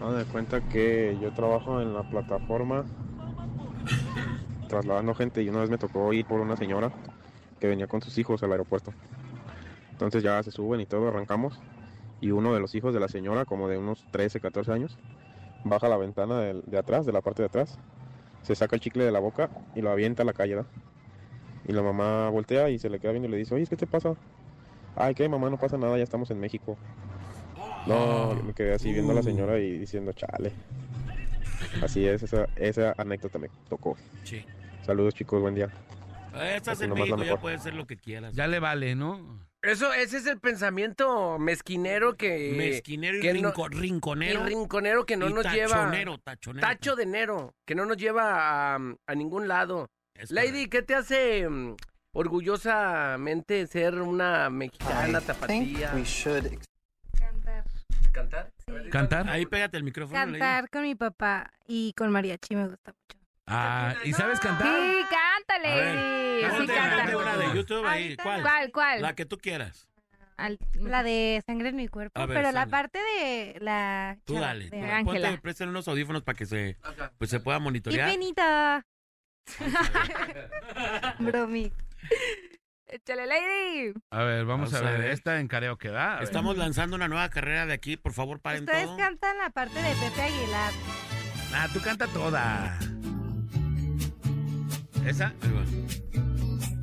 [SPEAKER 9] Hagan de cuenta que yo trabajo en la plataforma trasladando gente y una vez me tocó ir por una señora que venía con sus hijos al aeropuerto. Entonces ya se suben y todo, arrancamos y uno de los hijos de la señora, como de unos 13, 14 años, baja la ventana del- de atrás, de la parte de atrás se saca el chicle de la boca y lo avienta a la calle, ¿da? Y la mamá voltea y se le queda viendo y le dice, oye, ¿qué te pasa? Ay, ¿qué, mamá? No pasa nada, ya estamos en México. No, yo me quedé así viendo a la señora y diciendo, chale. Así es, esa, esa anécdota me tocó.
[SPEAKER 6] Sí. Eh,
[SPEAKER 9] Saludos, chicos, buen día.
[SPEAKER 6] Estás en
[SPEAKER 9] Nomás la
[SPEAKER 6] México, ya
[SPEAKER 9] mejor.
[SPEAKER 6] puedes hacer lo que quieras.
[SPEAKER 2] Ya le vale, ¿no?
[SPEAKER 5] Eso, ese es el pensamiento
[SPEAKER 1] Eh,
[SPEAKER 5] mezquinero que.
[SPEAKER 6] Mezquinero y
[SPEAKER 5] que no-
[SPEAKER 6] rinco-
[SPEAKER 5] y
[SPEAKER 6] rinconero.
[SPEAKER 5] rinconero que no
[SPEAKER 6] y
[SPEAKER 5] nos lleva.
[SPEAKER 6] Tachonero, tachonero.
[SPEAKER 5] Tacho de enero, que no nos lleva a, a ningún lado.
[SPEAKER 6] Es
[SPEAKER 5] Lady, ¿qué te hace mm, orgullosamente ser una mexicana tapatía?
[SPEAKER 4] cantar.
[SPEAKER 5] ¿Cantar?
[SPEAKER 2] ¿Cantar?
[SPEAKER 1] Ahí pégate el micrófono.
[SPEAKER 10] Cantar con mi papá y con mariachi me gusta mucho.
[SPEAKER 2] Ah, ¿y sabes cantar? Ah.
[SPEAKER 4] Sí, cántale.
[SPEAKER 1] A ver,
[SPEAKER 4] sí, sí,
[SPEAKER 1] Ponte
[SPEAKER 4] cántale.
[SPEAKER 1] ponte una de YouTube ahí. ¿Cuál?
[SPEAKER 4] ¿Cuál, cuál?
[SPEAKER 1] La que tú quieras.
[SPEAKER 10] Al- la de sangre en mi cuerpo,
[SPEAKER 1] A ver,
[SPEAKER 10] pero la
[SPEAKER 1] sale.
[SPEAKER 10] parte de la...
[SPEAKER 1] Tú
[SPEAKER 10] chava-
[SPEAKER 1] dale.
[SPEAKER 10] de
[SPEAKER 1] tú dale.
[SPEAKER 10] Ángela.
[SPEAKER 1] Ponte, prestan unos audífonos para que se, pues, se pueda
[SPEAKER 10] ¡Qué
[SPEAKER 1] monitorear.
[SPEAKER 10] penita! Ah, Bromi.
[SPEAKER 4] Échale, lady.
[SPEAKER 2] A ver, vamos, a, ver. Esta en karaoke, ¿da? A ver.
[SPEAKER 1] Estamos lanzando una nueva carrera de aquí. Por favor, paren
[SPEAKER 10] Ustedes
[SPEAKER 1] todo.
[SPEAKER 10] cantan la parte de Pepe Aguilar.
[SPEAKER 2] Ah, tú canta toda. ¿Esa?
[SPEAKER 1] Ahí va.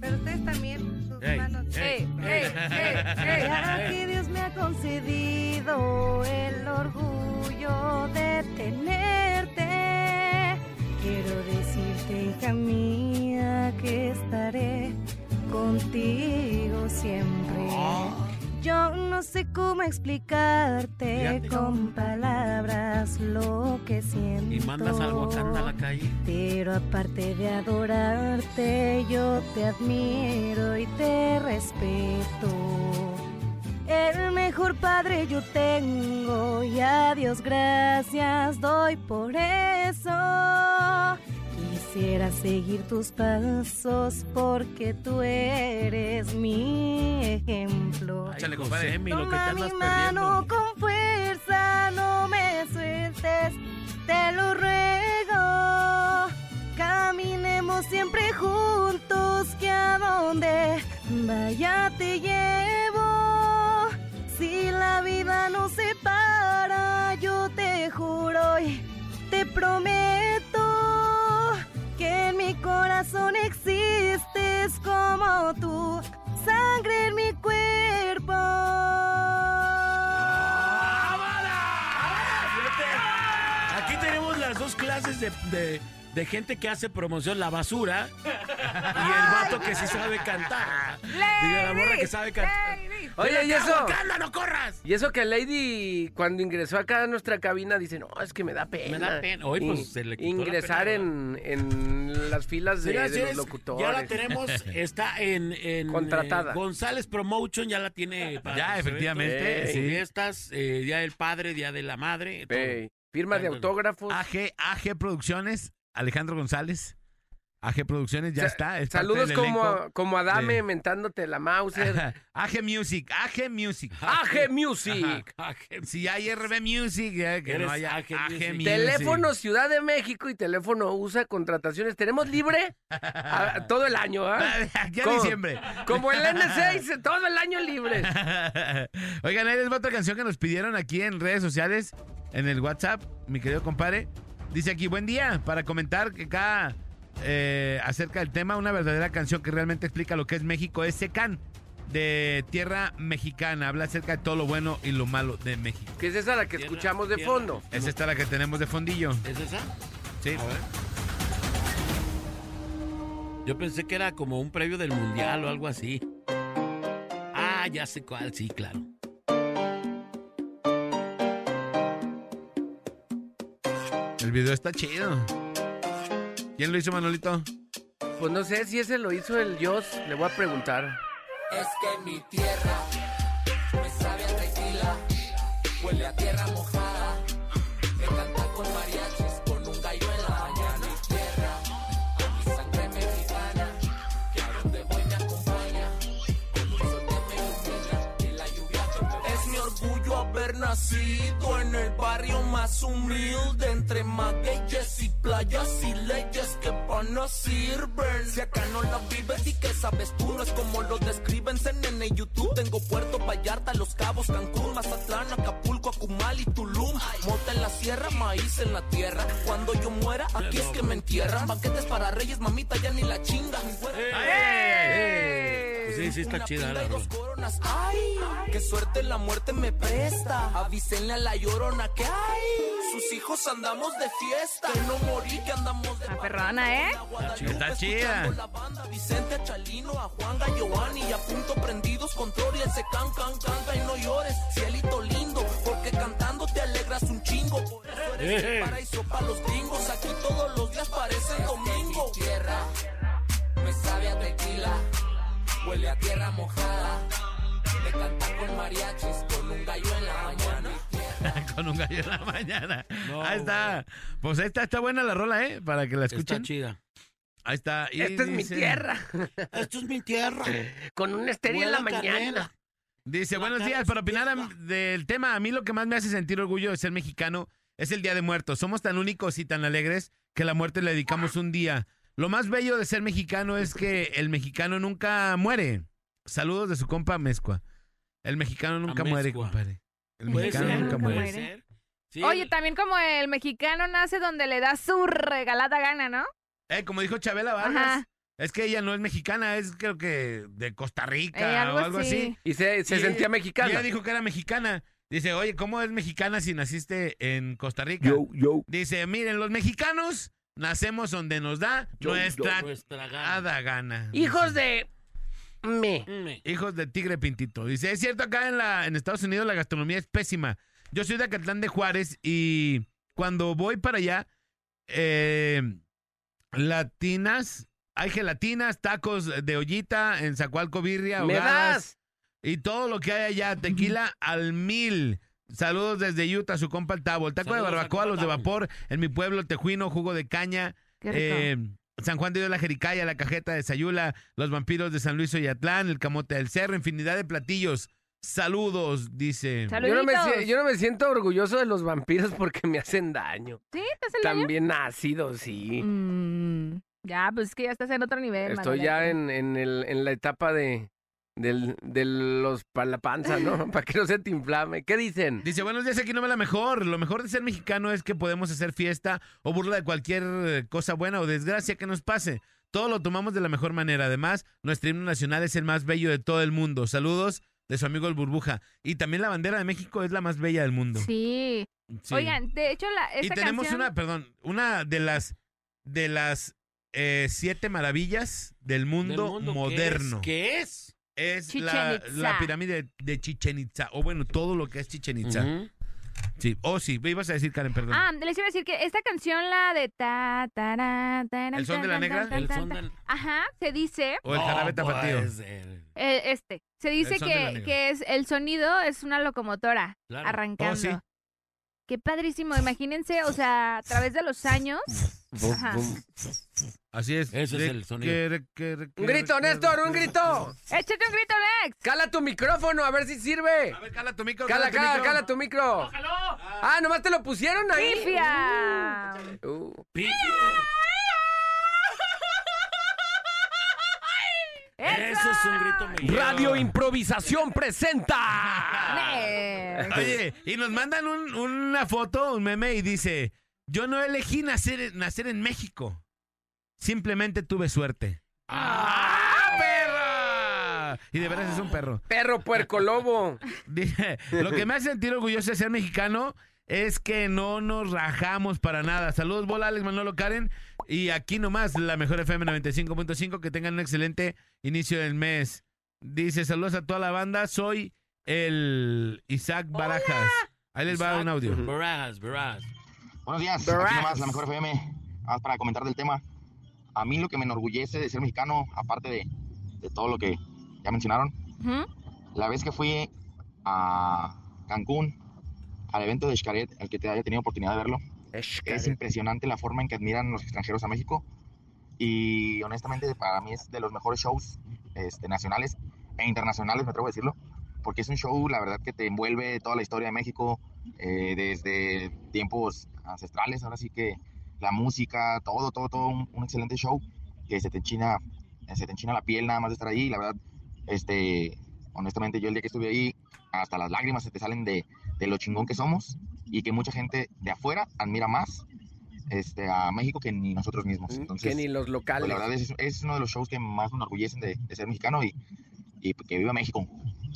[SPEAKER 10] Pero ustedes también, sus
[SPEAKER 1] Ey,
[SPEAKER 10] manos.
[SPEAKER 1] ey,
[SPEAKER 4] Ey, ey, ey,
[SPEAKER 10] Ya que Dios me ha concedido el orgullo de tenerte. Quiero decirte, hija mía, que estaré contigo siempre.
[SPEAKER 1] Ah.
[SPEAKER 10] Yo no sé cómo explicarte
[SPEAKER 1] Fíjate.
[SPEAKER 10] con palabras lo que siento.
[SPEAKER 1] Y mandas algo acá anda a la calle.
[SPEAKER 10] Pero aparte de adorarte, yo te admiro y te respeto. El mejor padre yo tengo y a Dios gracias doy por eso. Quisiera seguir tus pasos porque tú eres mi ejemplo.
[SPEAKER 1] Échale, compadre. Semi, lo que
[SPEAKER 10] Toma
[SPEAKER 1] te andas
[SPEAKER 10] mi mano
[SPEAKER 1] perdiendo.
[SPEAKER 10] con fuerza, no me sueltes, te lo ruego. Caminemos siempre juntos, que a donde vaya te llevo. Si la vida nos separa, yo te juro y te prometo que en mi corazón existes como tú, sangre en mi cuerpo.
[SPEAKER 1] Aquí tenemos las dos clases de, de- de gente que hace promoción, la basura y el vato que sí sabe cantar. Digo, la morra que sabe cantar.
[SPEAKER 5] Oye, ¿y eso?
[SPEAKER 1] ¡Anda, no corras!
[SPEAKER 5] Y eso que Lady, cuando ingresó acá a nuestra cabina, dice, no, es que me da
[SPEAKER 1] Me
[SPEAKER 5] pena.
[SPEAKER 1] da pena. Hoy, pues,
[SPEAKER 5] In-
[SPEAKER 1] se le quitó la
[SPEAKER 5] Ingresar
[SPEAKER 1] pena,
[SPEAKER 5] en, en las filas de,
[SPEAKER 1] Señoras y
[SPEAKER 5] de los
[SPEAKER 1] señores,
[SPEAKER 5] locutores.
[SPEAKER 1] ya la tenemos, está en, en,
[SPEAKER 5] Contratada.
[SPEAKER 1] eh, González Promotion, ya la tiene para
[SPEAKER 2] Ya,
[SPEAKER 1] sus
[SPEAKER 2] efectivamente.
[SPEAKER 1] eventos,
[SPEAKER 2] sí.
[SPEAKER 1] Fiestas, eh, Día del Padre, Día de la Madre. todo.
[SPEAKER 5] Ey, firma de
[SPEAKER 1] Ándale.
[SPEAKER 5] autógrafos.
[SPEAKER 2] AG, AG Producciones, Alejandro González. AG Producciones, ya
[SPEAKER 5] Sa-
[SPEAKER 2] está. es parte
[SPEAKER 5] Saludos
[SPEAKER 2] del
[SPEAKER 5] como,
[SPEAKER 2] elenco.
[SPEAKER 5] a- como Adame
[SPEAKER 2] de-
[SPEAKER 5] mentándote la Mauser.
[SPEAKER 2] Ajá, Ah, AG Music, AG Music.
[SPEAKER 5] AG Music.
[SPEAKER 1] Ah, qué-
[SPEAKER 2] Si hay RB Music, eh, que
[SPEAKER 1] Eres
[SPEAKER 2] no haya
[SPEAKER 1] AG
[SPEAKER 2] AG,
[SPEAKER 1] Music.
[SPEAKER 2] Music.
[SPEAKER 5] Teléfono Ciudad de México y teléfono USA contrataciones. Tenemos libre a- todo el año, ¿ah?
[SPEAKER 2] Aquí a
[SPEAKER 5] ¿Cómo?
[SPEAKER 2] diciembre.
[SPEAKER 5] Como el N6, todo el año libre.
[SPEAKER 2] Oigan, ahí les va otra canción que nos pidieron aquí en redes sociales, en el WhatsApp, mi querido compadre. Dice aquí, buen día, para comentar que acá eh, acerca del tema, una verdadera canción que realmente explica lo que es México, es Secan, de Tierra Mexicana. Habla acerca de todo lo bueno y lo malo de México.
[SPEAKER 5] Que es esa la que
[SPEAKER 1] Tierra,
[SPEAKER 5] escuchamos de
[SPEAKER 1] tierra.
[SPEAKER 5] fondo.
[SPEAKER 2] Es esta la que tenemos de fondillo.
[SPEAKER 1] ¿Es esa?
[SPEAKER 2] Sí.
[SPEAKER 1] A ver. Yo pensé que era como un previo del mundial o algo así. Ah, ya sé cuál, sí, claro.
[SPEAKER 2] El video está chido. ¿Quién lo hizo, Manolito?
[SPEAKER 5] Pues no sé si ese lo hizo el Dios. Le voy a preguntar.
[SPEAKER 6] Es que mi tierra me sabe a tequila, huele a tierra mojada. Me canta con mariachis, con un gallo en la mañana. Mi tierra, mi sangre mexicana, que a donde voy me acompaña. Con un sol que me ilumina y la lluvia que me Es mi orgullo haber nacido en el barrio más humilde, entre magueyes y playas y leyes que pa' no sirven. Si acá no la vives y que sabes tú, no es como lo describen CNN y YouTube. Tengo Puerto Vallarta, Los Cabos, Cancún, Mazatlán, Acapulco, Acumal y Tulum. Mota en la sierra, maíz en la tierra. Cuando yo muera, aquí es que me entierran. Banquetes para reyes, mamita, ya ni la chinga.
[SPEAKER 1] Pues sí, sí está
[SPEAKER 6] Una
[SPEAKER 1] chida
[SPEAKER 6] pinta
[SPEAKER 1] la
[SPEAKER 6] y dos
[SPEAKER 1] rola.
[SPEAKER 6] coronas. Ay, qué suerte la muerte me presta. Avísenle a la llorona que ay, sus hijos andamos de fiesta. Que no morí, que andamos de
[SPEAKER 4] Está perrona, ¿eh?
[SPEAKER 2] Está chida.
[SPEAKER 6] la banda Vicente a Chalino, a Juanga, Giovanni y a punto prendidos con Tori, el se can, can, canta y no llores, cielito lindo, porque cantando te alegras un chingo. Por eso eres el paraíso para los gringos, aquí todos los días parecen domingo. tierra me sabe a tequila, huele a tierra mojada, me
[SPEAKER 11] Canta con mariachis, con un gallo en la mañana.
[SPEAKER 2] Con un gallo en la mañana.
[SPEAKER 6] No,
[SPEAKER 2] ahí está. Pues ahí está, está buena la rola, ¿eh? Para que la escuchen. Está
[SPEAKER 6] chida.
[SPEAKER 2] Ahí está. Y
[SPEAKER 5] Esta es mi
[SPEAKER 2] dice-
[SPEAKER 5] tierra.
[SPEAKER 6] Esto es mi tierra.
[SPEAKER 5] Con un estéreo en la
[SPEAKER 6] Vuela
[SPEAKER 5] mañana.
[SPEAKER 6] canela.
[SPEAKER 2] Dice, buenos días, para opinar a- del tema, a mí lo que más me hace sentir orgullo de ser mexicano es el Día de Muertos. Somos tan únicos y tan alegres que la muerte le dedicamos un día. Lo más bello de ser mexicano es que el mexicano nunca muere. Saludos de su compa Mezcua. El mexicano nunca muere,
[SPEAKER 6] Amezcua.
[SPEAKER 2] compadre. El
[SPEAKER 6] Puede
[SPEAKER 2] mexicano
[SPEAKER 6] ser,
[SPEAKER 2] nunca
[SPEAKER 6] puede
[SPEAKER 2] muere.
[SPEAKER 6] ser. Sí,
[SPEAKER 4] Oye, también como el mexicano nace donde le da su regalada gana, ¿no?
[SPEAKER 2] Eh, como dijo Chabela Vargas,
[SPEAKER 4] Ajá.
[SPEAKER 2] es que ella no es mexicana, es creo que de Costa Rica
[SPEAKER 4] Eh, algo
[SPEAKER 2] o algo así.
[SPEAKER 4] así.
[SPEAKER 5] Y se, se
[SPEAKER 2] Y
[SPEAKER 5] sentía
[SPEAKER 2] ella-
[SPEAKER 5] mexicana.
[SPEAKER 2] y Ella dijo que era mexicana. Dice, oye, ¿cómo es mexicana si naciste en Costa Rica?
[SPEAKER 5] Yo, yo.
[SPEAKER 2] Dice, miren, los mexicanos nacemos donde nos da
[SPEAKER 6] yo-
[SPEAKER 2] nuestra
[SPEAKER 6] yo- nuestra gana.
[SPEAKER 2] hada gana.
[SPEAKER 5] Hijos de. Me.
[SPEAKER 6] Me.
[SPEAKER 2] Hijos de tigre pintito. Dice, es cierto, acá en, la, en Estados Unidos la gastronomía es pésima. Yo soy de Acatlán de Juárez y cuando voy para allá, eh, latinas, hay gelatinas, tacos de ollita, en Zacualco birria,
[SPEAKER 5] ¿Me
[SPEAKER 2] ahogadas,
[SPEAKER 5] das?
[SPEAKER 2] y todo lo que hay allá, tequila al mil. Saludos desde Utah, su compa el Tabo. El taco
[SPEAKER 6] Saludos
[SPEAKER 2] de
[SPEAKER 6] al
[SPEAKER 2] barbacoa,
[SPEAKER 6] compa
[SPEAKER 2] los de
[SPEAKER 6] Tabo.
[SPEAKER 2] vapor, en mi pueblo, Tejuino, jugo de caña.
[SPEAKER 4] Qué rico.
[SPEAKER 2] eh, San Juan de Dios, la Jericaya, la cajeta de Sayula, los vampiros de San Luis Oyatlán, el camote del cerro, infinidad de platillos. Saludos, dice.
[SPEAKER 5] Yo no, me,
[SPEAKER 4] Saluditos.
[SPEAKER 5] si- yo no me siento orgulloso de los vampiros porque me hacen daño.
[SPEAKER 4] ¿Sí? ¿Estás en la
[SPEAKER 5] También ácidos, sí.
[SPEAKER 4] Mm, ya, pues es que ya estás en otro nivel.
[SPEAKER 5] Estoy
[SPEAKER 4] Manuel.
[SPEAKER 5] ya en, en, el, en la etapa de, del, de los para la panza, ¿no? Para que no se te inflame. ¿Qué dicen?
[SPEAKER 2] Dice, buenos días, aquí no me la mejor. Lo mejor de ser mexicano es que podemos hacer fiesta o burla de cualquier eh, cosa buena o desgracia que nos pase. Todo lo tomamos de la mejor manera. Además, nuestro himno nacional es el más bello de todo el mundo. Saludos de su amigo el Burbuja. Y también la bandera de México es la más bella del mundo.
[SPEAKER 4] Sí.
[SPEAKER 2] Sí.
[SPEAKER 4] Oigan, de hecho, la,
[SPEAKER 2] y
[SPEAKER 4] esta
[SPEAKER 2] tenemos
[SPEAKER 4] canción-
[SPEAKER 2] una, perdón, una de las de las eh, siete maravillas del mundo,
[SPEAKER 6] ¿Del mundo qué
[SPEAKER 2] moderno.
[SPEAKER 6] es? ¿Qué es?
[SPEAKER 2] es
[SPEAKER 4] Chichen
[SPEAKER 2] la,
[SPEAKER 4] Itza.
[SPEAKER 2] la pirámide de Chichen Itza. O bueno, todo lo que es Chichen Itza.
[SPEAKER 6] Ujú.
[SPEAKER 2] Sí. Oh, sí, me ibas a decir, Karen, perdón.
[SPEAKER 4] Ah, les iba a decir que esta canción, la de ta, tará, tarán,
[SPEAKER 2] ¿El son de la
[SPEAKER 4] tarán,
[SPEAKER 2] negra?
[SPEAKER 4] tan, tan,
[SPEAKER 6] El
[SPEAKER 4] tan,
[SPEAKER 6] son
[SPEAKER 4] tan.
[SPEAKER 6] del-
[SPEAKER 4] Ajá, se dice,
[SPEAKER 2] o el
[SPEAKER 6] No pues.
[SPEAKER 2] jarabe tapatío.
[SPEAKER 6] puede ser.
[SPEAKER 4] eh, este, se dice
[SPEAKER 2] son de la
[SPEAKER 4] que,
[SPEAKER 2] negra.
[SPEAKER 4] que es el sonido es una locomotora
[SPEAKER 6] Claro.
[SPEAKER 4] arrancando.
[SPEAKER 2] Oh, sí.
[SPEAKER 4] Qué padrísimo, imagínense, o sea, a través de los años. Ajá.
[SPEAKER 2] Así es.
[SPEAKER 6] Ese es
[SPEAKER 2] De-
[SPEAKER 6] el sonido.
[SPEAKER 2] que- re- que- re-
[SPEAKER 5] Un
[SPEAKER 2] que-
[SPEAKER 5] grito,
[SPEAKER 2] re-
[SPEAKER 5] Néstor,
[SPEAKER 2] que-
[SPEAKER 5] un grito.
[SPEAKER 4] Échate un grito, Lex.
[SPEAKER 5] Cala tu micrófono, a ver si sirve.
[SPEAKER 2] A ver, cala tu micro.
[SPEAKER 5] Cala,
[SPEAKER 2] tu
[SPEAKER 5] cala,
[SPEAKER 2] micro.
[SPEAKER 5] cala tu micro. Ah, nomás te lo pusieron ahí.
[SPEAKER 4] ¡Pifia!
[SPEAKER 5] Uh,
[SPEAKER 6] Eso es un grito mexicano.
[SPEAKER 5] Radio Improvisación presenta. Eh,
[SPEAKER 4] Lex.
[SPEAKER 2] Oye, y nos mandan un- una foto, un meme, y dice: Yo no elegí nacer, nacer en México. Simplemente tuve suerte. ¡Ah, perra! Y de veras es un perro.
[SPEAKER 5] Ah, Perro puerco lobo.
[SPEAKER 2] Dice, Lo que me hace sentir orgulloso de ser mexicano es que no nos rajamos para nada. Saludos, bola, Alex Manolo Karen. Y aquí nomás, la mejor FM 95.5. Que tengan un excelente inicio del mes. Dice, saludos a toda la banda. Soy el Isaac Barajas. Ahí les va un audio.
[SPEAKER 6] Barajas, barajas.
[SPEAKER 12] Buenos días, aquí nomás, la mejor FM, Ah, para comentar del tema. A mí lo que me enorgullece de ser mexicano, aparte de, de todo lo que ya mencionaron,
[SPEAKER 4] Ujú.
[SPEAKER 12] la vez que fui a Cancún, al evento de Xcaret, el que te haya tenido oportunidad de verlo, es impresionante la forma en que admiran los extranjeros a México y honestamente para mí es de los mejores shows este, nacionales e internacionales, me atrevo a decirlo, porque es un show, la verdad, que te envuelve toda la historia de México eh, desde tiempos ancestrales, ahora sí que la música, todo, todo, todo, un, un excelente show que se te enchina, eh, se te enchina la piel nada más de estar ahí, la verdad, este, honestamente yo el día que estuve ahí, hasta las lágrimas se te salen de, de lo chingón que somos y que mucha gente de afuera admira más este, a México que ni nosotros mismos. Entonces,
[SPEAKER 5] Que ni los
[SPEAKER 12] pues,
[SPEAKER 5] locales.
[SPEAKER 12] la verdad es, es uno de los shows que más me enorgullecen de, de ser mexicano y, y que viva México.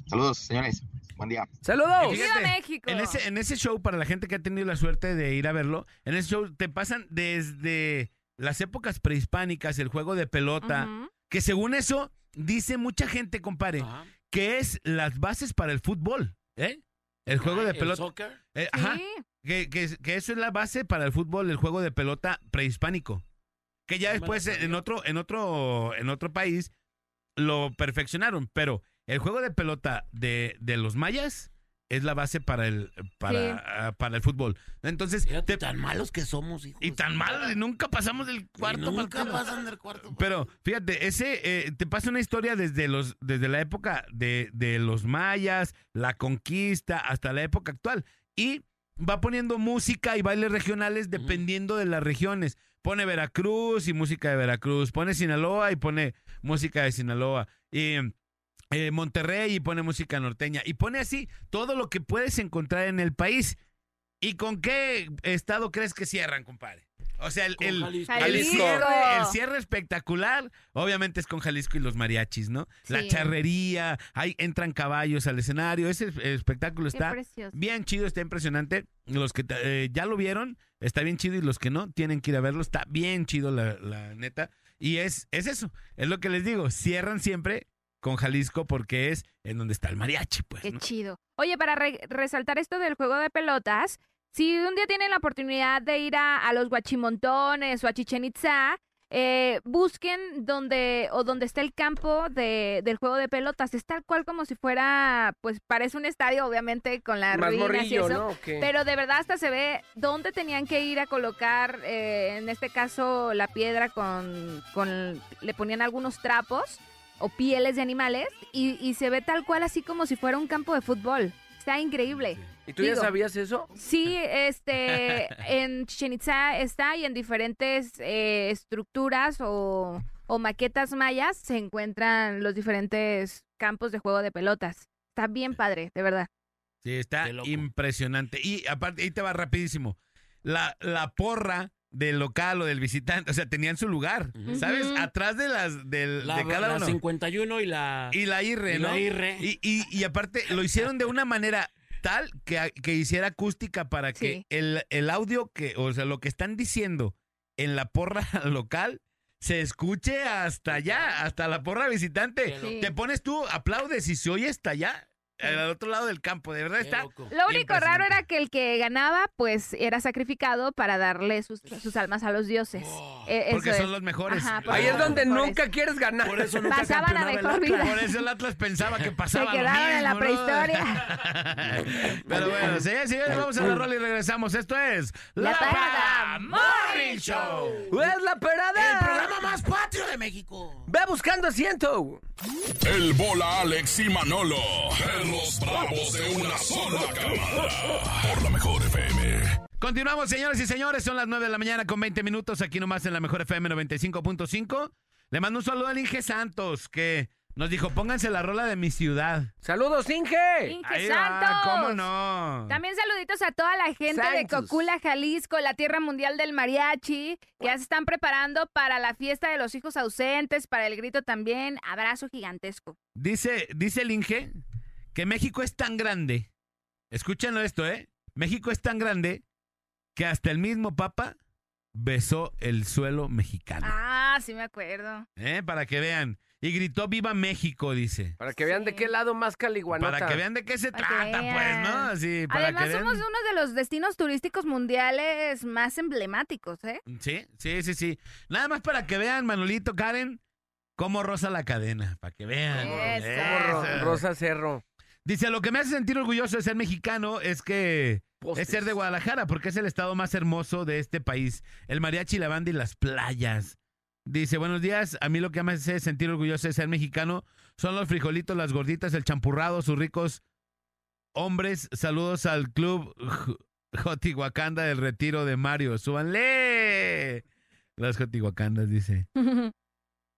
[SPEAKER 12] Saludos, señores. Buen día.
[SPEAKER 5] Saludos.
[SPEAKER 4] ¡Viva México!
[SPEAKER 2] En ese, en ese show, para la gente que ha tenido la suerte de ir a verlo, en ese show te pasan desde las épocas prehispánicas, el juego de pelota,
[SPEAKER 4] Ujú.
[SPEAKER 2] que según eso, dice mucha gente, compadre,
[SPEAKER 6] Ajá.
[SPEAKER 2] que es las bases para el fútbol, ¿eh? El juego de
[SPEAKER 6] Ah, ¿El
[SPEAKER 2] pelota.
[SPEAKER 6] soccer?
[SPEAKER 2] eh, ajá.
[SPEAKER 4] Sí.
[SPEAKER 2] Que, que- que eso es la base para el fútbol, el juego de pelota prehispánico. Que ya
[SPEAKER 6] No me la
[SPEAKER 2] después eh,
[SPEAKER 6] sabía.
[SPEAKER 2] en otro, en otro, en otro país lo perfeccionaron, pero el juego de pelota de, de los mayas es la base para el para,
[SPEAKER 6] Sí.
[SPEAKER 2] ah, para el fútbol. Entonces,
[SPEAKER 6] tan malos que somos,
[SPEAKER 2] Y tan malos, y nunca pasamos del cuarto
[SPEAKER 6] Nunca
[SPEAKER 2] partido.
[SPEAKER 6] pasan del cuarto.
[SPEAKER 2] Pero fíjate, ese eh, te pasa una historia desde los desde la época de, de los mayas, la conquista hasta la época actual y va poniendo música y bailes regionales dependiendo de las regiones. Pone Veracruz y música de Veracruz, pone Sinaloa y pone música de Sinaloa. Y eh, Monterrey y pone música norteña y pone así todo lo que puedes encontrar en el país. ¿Y con qué estado crees que cierran, compadre? O sea, el, el-
[SPEAKER 6] Jalisco.
[SPEAKER 2] el
[SPEAKER 6] Jalisco.
[SPEAKER 2] cierre, el cierre espectacular, obviamente es con Jalisco y los mariachis, ¿no? La
[SPEAKER 6] Sí.
[SPEAKER 2] charrería, ahí entran caballos al escenario, ese es- espectáculo
[SPEAKER 4] Qué
[SPEAKER 2] está
[SPEAKER 4] precioso.
[SPEAKER 2] bien chido, está impresionante. Los que eh, ya lo vieron, está bien chido y los que no, tienen que ir a verlo, está bien chido la, la neta. Y es, es eso, es lo que les digo, cierran siempre con Jalisco porque es en donde está el mariachi, pues.
[SPEAKER 4] Qué chido. Oye, para re- resaltar esto del juego de pelotas, si un día tienen la oportunidad de ir a, a los Guachimontones o a Chichen Itza, eh, busquen donde o donde está el campo de- del juego de pelotas. Es tal cual como si fuera, pues parece un estadio, obviamente, con la
[SPEAKER 5] Más
[SPEAKER 4] ruinas y eso,
[SPEAKER 5] morrillo, ¿no? ¿O qué?
[SPEAKER 4] Pero de verdad hasta se ve dónde tenían que ir a colocar, eh, en este caso, la piedra con, con- le ponían algunos trapos o pieles de animales y, y se ve tal cual así como si fuera un campo de fútbol. Está increíble.
[SPEAKER 5] ¿Y tú ya
[SPEAKER 4] Digo,
[SPEAKER 5] sabías eso?
[SPEAKER 4] Sí, este, en Chichen Itza está y en diferentes eh, estructuras o, o maquetas mayas se encuentran los diferentes campos de juego de pelotas. Está bien padre, de verdad.
[SPEAKER 2] Sí, está impresionante. Y aparte, ahí te va rapidísimo. La, la porra del local o del visitante, o sea, tenían su lugar, ¿sabes?
[SPEAKER 6] Ujú.
[SPEAKER 2] Atrás de las del,
[SPEAKER 6] La,
[SPEAKER 2] de cada
[SPEAKER 6] la
[SPEAKER 2] uno.
[SPEAKER 6] 51 y la...
[SPEAKER 2] Y la E. irre,
[SPEAKER 6] y
[SPEAKER 2] ¿no?
[SPEAKER 6] la irre.
[SPEAKER 2] Y, y- y aparte, lo hicieron de una manera tal que, que hiciera acústica para que
[SPEAKER 6] Sí.
[SPEAKER 2] el, el audio que, o sea, lo que están diciendo en la porra local se escuche hasta allá, hasta la porra visitante.
[SPEAKER 4] Sí.
[SPEAKER 2] Te pones tú, aplaudes y se oye hasta allá, al otro lado del campo. De verdad está.
[SPEAKER 4] Lo único raro era que el que ganaba, pues era sacrificado para darle sus, sus almas a los dioses. Eh,
[SPEAKER 2] Oh, Porque
[SPEAKER 4] eso
[SPEAKER 2] son
[SPEAKER 4] es.
[SPEAKER 2] los mejores.
[SPEAKER 4] Ajá, porque
[SPEAKER 5] Ahí
[SPEAKER 4] son
[SPEAKER 5] es
[SPEAKER 4] los
[SPEAKER 5] donde
[SPEAKER 4] mejores.
[SPEAKER 5] nunca quieres ganar.
[SPEAKER 2] Por eso
[SPEAKER 4] nunca Pasaba la campeonaba el mejor Atlas. vida.
[SPEAKER 2] Por eso el Atlas pensaba que
[SPEAKER 4] Se
[SPEAKER 2] pasaba. lo
[SPEAKER 4] quedaron en la
[SPEAKER 2] mismo, ¿no?
[SPEAKER 4] prehistoria.
[SPEAKER 2] Pero bueno, señores, señores, vamos a la rola y regresamos. Esto es
[SPEAKER 4] La
[SPEAKER 2] Parada
[SPEAKER 4] Parada
[SPEAKER 2] Morning Show.
[SPEAKER 5] ¡Es Pues, la perada!
[SPEAKER 6] El programa más patrio de México.
[SPEAKER 5] ¡Ve buscando asiento!
[SPEAKER 8] El bola Alex y Manolo, en los bravos de una sola cámara. Por la mejor FM.
[SPEAKER 2] Continuamos, señores y señores. Son las 9 de la mañana con 20 minutos aquí nomás en la mejor FM 95.5. Le mando un saludo al Inge Santos que nos dijo, pónganse la rola de mi ciudad.
[SPEAKER 5] ¡Saludos, Inge!
[SPEAKER 4] Inge
[SPEAKER 2] Ahí
[SPEAKER 4] Santos.
[SPEAKER 2] va, ¿Cómo no?
[SPEAKER 4] También saluditos a toda la gente de
[SPEAKER 2] Santos.
[SPEAKER 4] Cocula, Jalisco, la tierra mundial del mariachi, que ya se están preparando para la fiesta de los hijos ausentes, para el grito también. Abrazo gigantesco.
[SPEAKER 2] Dice, dice el Inge que México es tan grande. Escúchenlo esto, ¿eh? México es tan grande que hasta el mismo Papa besó el suelo mexicano.
[SPEAKER 4] Ah, sí me acuerdo.
[SPEAKER 2] ¿eh? Para que vean. Y gritó Viva México, dice.
[SPEAKER 5] Para que vean de qué lado más caliguanota.
[SPEAKER 2] Para que vean de qué se
[SPEAKER 4] Para que
[SPEAKER 2] trata, pues,
[SPEAKER 4] vean.
[SPEAKER 2] ¿no? Así, para
[SPEAKER 4] Además,
[SPEAKER 2] que vean.
[SPEAKER 4] somos uno de los destinos turísticos mundiales más emblemáticos, ¿eh?
[SPEAKER 2] Mm, Sí, sí, sí, sí. Nada más para que vean, Manolito, Karen, cómo rosa la cadena. Para que vean.
[SPEAKER 5] Eso.
[SPEAKER 2] Eso.
[SPEAKER 5] Rosa Cerro.
[SPEAKER 2] Dice, lo que me hace sentir orgulloso de ser mexicano es que es ser de Guadalajara, porque es el estado más hermoso de este país. El mariachi, la banda y las playas. Dice, buenos días, a mí lo que me hace sentir orgulloso de ser mexicano son los frijolitos, las gorditas, el champurrado, sus ricos hombres. Saludos al club J- Jotihuacanda del retiro de Mario. ¡Súbanle! Las Jotihuacandas, dice.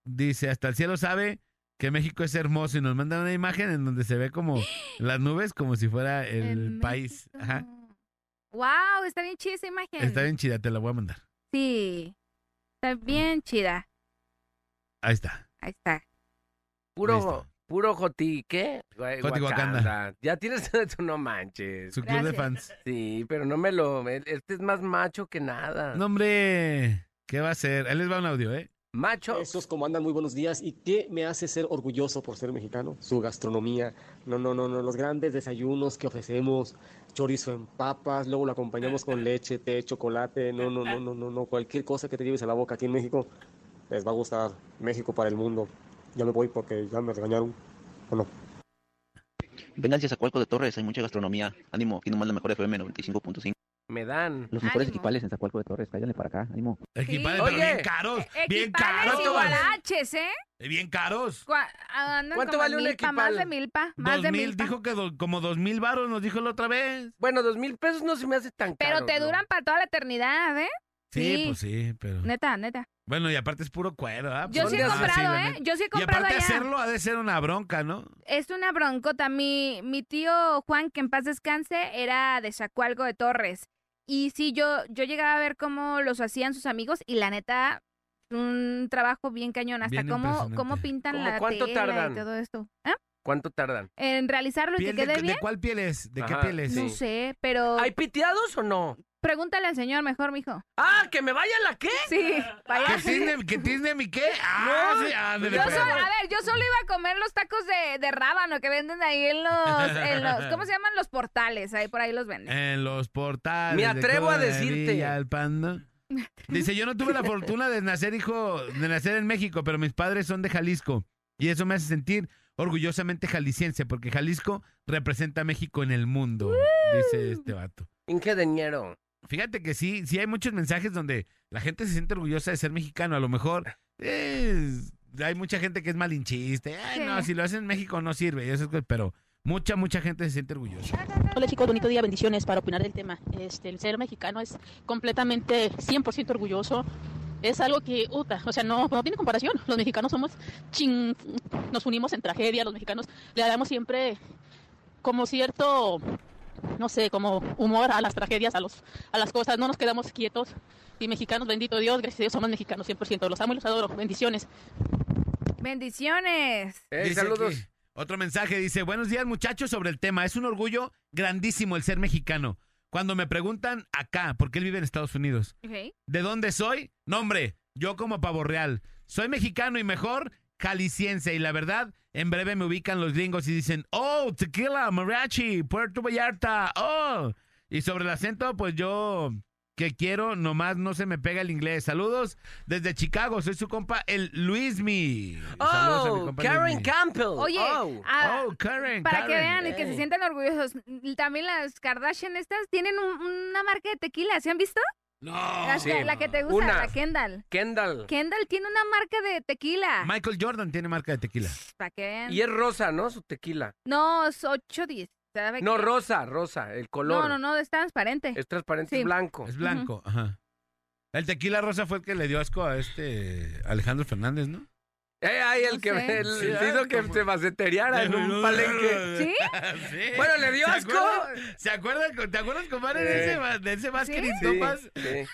[SPEAKER 2] Dice, hasta el cielo sabe que México es hermoso y nos mandan una imagen en donde se ve como las nubes, como si fuera el
[SPEAKER 4] En
[SPEAKER 2] país. Ajá.
[SPEAKER 4] ¡Wow! Está bien chida esa imagen.
[SPEAKER 2] Está bien chida, te la voy a mandar.
[SPEAKER 4] Sí. Está bien chida.
[SPEAKER 2] Ahí está.
[SPEAKER 4] Ahí está.
[SPEAKER 5] Puro, puro Joti, ¿qué? Gua-
[SPEAKER 2] Jotihuacanda.
[SPEAKER 5] Guacanda. Ya tienes tú, no manches.
[SPEAKER 2] Su club de Gracias.
[SPEAKER 5] Sí, pero no me lo... Este es más macho que nada.
[SPEAKER 2] No, hombre, ¿qué va a ser? Ahí les va un audio, ¿eh?
[SPEAKER 5] Macho.
[SPEAKER 13] Esos como andan, muy buenos días. ¿Y qué me hace ser orgulloso por ser mexicano? Su gastronomía. No, no, no, no. Los grandes desayunos que ofrecemos. Chorizo en papas, luego lo acompañamos con leche, té, chocolate. No, no, no, no, no, no. Cualquier cosa que te lleves a la boca aquí en México les va a gustar. México para el mundo. Ya me voy porque ya me regañaron. Bueno.
[SPEAKER 14] Vénganse a Zacualco de Torres, hay mucha gastronomía. Ánimo, aquí nomás la mejor FM 95.5.
[SPEAKER 5] Me dan.
[SPEAKER 14] Los mejores equipales en Zacualco de Torres, cáiganle para acá, ánimo.
[SPEAKER 2] Equipales, pero bien caros. Bien
[SPEAKER 4] eh, Equipales
[SPEAKER 2] caros.
[SPEAKER 4] igualaches, ¿eh?
[SPEAKER 2] Bien caros.
[SPEAKER 4] Cua- andan
[SPEAKER 5] ¿Cuánto
[SPEAKER 4] como
[SPEAKER 5] vale
[SPEAKER 4] en
[SPEAKER 5] un
[SPEAKER 4] milpa, Más
[SPEAKER 5] equipal?
[SPEAKER 4] de milpa, más
[SPEAKER 2] Dos
[SPEAKER 4] de
[SPEAKER 2] mil,
[SPEAKER 4] milpa.
[SPEAKER 2] dijo que do- como dos mil varos, nos dijo la otra vez.
[SPEAKER 5] Bueno, dos mil pesos no se me hace tan
[SPEAKER 4] Pero
[SPEAKER 5] caro.
[SPEAKER 4] te
[SPEAKER 5] ¿no?
[SPEAKER 4] duran para toda la eternidad, ¿eh?
[SPEAKER 2] Sí, pues sí, pero.
[SPEAKER 4] Neta, neta.
[SPEAKER 2] Bueno, y aparte es puro cuero, ¿ah?
[SPEAKER 4] Yo
[SPEAKER 2] Pues,
[SPEAKER 4] sí he
[SPEAKER 2] ah,
[SPEAKER 4] comprado,
[SPEAKER 2] la
[SPEAKER 4] ¿eh?
[SPEAKER 2] neta.
[SPEAKER 4] Yo sí he
[SPEAKER 2] Y
[SPEAKER 4] comprado
[SPEAKER 2] aparte
[SPEAKER 4] allá.
[SPEAKER 2] hacerlo ha de ser una bronca, ¿no?
[SPEAKER 4] Es una broncota. Mi, mi tío Juan, que en paz descanse, era de Zacualco de Torres. Y sí, yo, yo llegaba a ver cómo los hacían sus amigos y la neta, un trabajo bien cañón. Hasta
[SPEAKER 5] Bien
[SPEAKER 4] cómo,
[SPEAKER 5] impresionante.
[SPEAKER 4] cómo pintan
[SPEAKER 5] ¿Cómo
[SPEAKER 4] la
[SPEAKER 5] cuánto
[SPEAKER 4] tela
[SPEAKER 5] tardan?
[SPEAKER 4] y todo esto. ¿Ah?
[SPEAKER 5] ¿Cuánto tardan?
[SPEAKER 4] En realizarlo y que
[SPEAKER 5] ¿Piel de
[SPEAKER 4] quede
[SPEAKER 5] qué- de
[SPEAKER 4] bien.
[SPEAKER 2] ¿Cuál piel es? ¿De
[SPEAKER 5] Ajá,
[SPEAKER 2] qué piel es?
[SPEAKER 4] No sé, pero...
[SPEAKER 5] ¿Hay piteados o no?
[SPEAKER 4] Pregúntale al señor mejor, mijo.
[SPEAKER 5] ¡Ah, que me vaya la qué! Ah,
[SPEAKER 4] Sí,
[SPEAKER 2] ¿Que
[SPEAKER 4] vaya.
[SPEAKER 2] tiene, que tiene mi qué? Ah,
[SPEAKER 4] No,
[SPEAKER 2] sí, ándale,
[SPEAKER 4] Yo
[SPEAKER 2] pues.
[SPEAKER 4] solo- a ver, yo solo iba a comer los tacos de, de rábano que venden ahí en los, en los- ¿Cómo se llaman? Los portales. Ahí por ahí los venden.
[SPEAKER 2] En los portales.
[SPEAKER 5] Me
[SPEAKER 2] de
[SPEAKER 5] atrevo a
[SPEAKER 2] Cuba de
[SPEAKER 5] decirte.
[SPEAKER 2] Villa al Pando. Dice, yo no tuve la fortuna de nacer hijo, de nacer en México, pero mis padres son de Jalisco. Y eso me hace sentir orgullosamente jalisciense, porque Jalisco representa a México en el mundo, dice este vato.
[SPEAKER 5] Ingeniero.
[SPEAKER 2] Fíjate que sí, sí hay muchos mensajes donde la gente se siente orgullosa de ser mexicano. A lo mejor eh, hay mucha gente que es malinchiste. Ay,
[SPEAKER 15] Sí.
[SPEAKER 2] no, si lo hacen en México no sirve. y esas cosas, pero mucha, mucha gente se siente orgullosa.
[SPEAKER 15] Hola chicos, bonito día, bendiciones para opinar del tema. Este, el ser mexicano es completamente 100% orgulloso. Es algo que, uta, o sea, no, no tiene comparación. Los mexicanos somos chin, nos unimos en tragedia, los mexicanos le damos siempre como cierto, no sé, como humor a las tragedias, a los a las cosas, no nos quedamos quietos. Y mexicanos, bendito Dios, gracias a Dios somos mexicanos 100%. Los amo y los adoro. Bendiciones.
[SPEAKER 4] Bendiciones.
[SPEAKER 2] Dice aquí, otro mensaje dice, buenos días muchachos sobre el tema. Es un orgullo grandísimo el ser mexicano. Cuando me preguntan acá, porque él vive en Estados Unidos,
[SPEAKER 4] Ok.
[SPEAKER 2] ¿de dónde soy? No, hombre, yo como pavo real. Soy mexicano y mejor jalisciense. Y la verdad, en breve me ubican los gringos y dicen, oh, tequila, mariachi, Puerto Vallarta, oh. Y sobre el acento, pues yo que quiero, nomás no se me pega el inglés. Saludos desde Chicago, soy su compa, el Luismi. Saludos a mi
[SPEAKER 5] ¡Oh!
[SPEAKER 2] compa
[SPEAKER 5] Karen
[SPEAKER 2] Luismi.
[SPEAKER 5] Campbell.
[SPEAKER 4] Oye,
[SPEAKER 5] Oh.
[SPEAKER 4] ah,
[SPEAKER 2] Oh, Karen,
[SPEAKER 4] para que
[SPEAKER 2] Karen,
[SPEAKER 4] vean y que se
[SPEAKER 5] Eh.
[SPEAKER 2] ey.
[SPEAKER 4] sientan orgullosos. También las Kardashian estas tienen un- una marca de tequila. ¿Se han visto?
[SPEAKER 2] No.
[SPEAKER 5] Oh,
[SPEAKER 4] La, que- la que te gusta,
[SPEAKER 2] Una.
[SPEAKER 4] la Kendall.
[SPEAKER 5] Kendall.
[SPEAKER 4] Kendall tiene una marca de tequila.
[SPEAKER 2] Michael Jordan tiene marca de tequila.
[SPEAKER 4] Para que vean.
[SPEAKER 5] Y es rosa, ¿no? Su tequila.
[SPEAKER 4] No, es 810. ¿sabe
[SPEAKER 5] No,
[SPEAKER 4] qué?
[SPEAKER 5] rosa, rosa, el color.
[SPEAKER 4] No, no, no, es transparente.
[SPEAKER 5] Es transparente, es
[SPEAKER 4] Sí.
[SPEAKER 5] blanco.
[SPEAKER 2] Es blanco, ajá. El tequila rosa fue el que le dio asco a este Alejandro Fernández, ¿no?
[SPEAKER 5] Eh, ay, el
[SPEAKER 2] No
[SPEAKER 5] que
[SPEAKER 2] sé.
[SPEAKER 5] el-
[SPEAKER 2] Sí,
[SPEAKER 5] el
[SPEAKER 2] ay,
[SPEAKER 5] hizo que
[SPEAKER 2] como-
[SPEAKER 5] se maceteriara en un palenque.
[SPEAKER 2] Sí.
[SPEAKER 5] Bueno, ¿le dio
[SPEAKER 2] ¿Se
[SPEAKER 5] asco?
[SPEAKER 2] acuerdan- ¿Se acuerdan? co- ¿Te acuerdas, compadre, de
[SPEAKER 5] Sí.
[SPEAKER 2] ese, va- de ese más que ni
[SPEAKER 5] Sí,
[SPEAKER 2] tomas?
[SPEAKER 5] sí.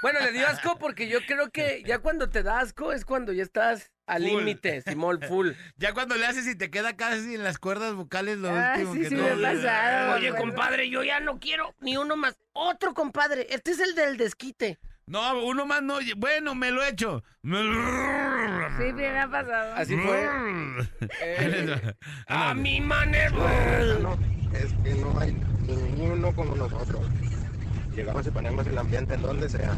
[SPEAKER 5] Bueno, le dio asco porque yo creo que ya cuando te da asco es cuando ya estás al
[SPEAKER 2] Full.
[SPEAKER 5] límite, Simón, full.
[SPEAKER 2] Ya cuando le haces y te queda casi en las cuerdas vocales lo
[SPEAKER 5] Ah,
[SPEAKER 2] último
[SPEAKER 5] sí,
[SPEAKER 2] que
[SPEAKER 5] sí
[SPEAKER 2] no-
[SPEAKER 5] me ha pasado, Oye, me acuerdo. compadre,
[SPEAKER 16] yo ya no
[SPEAKER 5] quiero ni uno más. Otro compadre, este es el del desquite.
[SPEAKER 2] No, uno más no. oye, Bueno, me lo he hecho. Me lo-
[SPEAKER 4] Sí, sí, me ha pasado.
[SPEAKER 2] Así fue.
[SPEAKER 5] Mm.
[SPEAKER 2] Ah,
[SPEAKER 5] A mi manera.
[SPEAKER 12] es que no hay ninguno como nosotros. Llegamos y ponemos el ambiente en donde sea.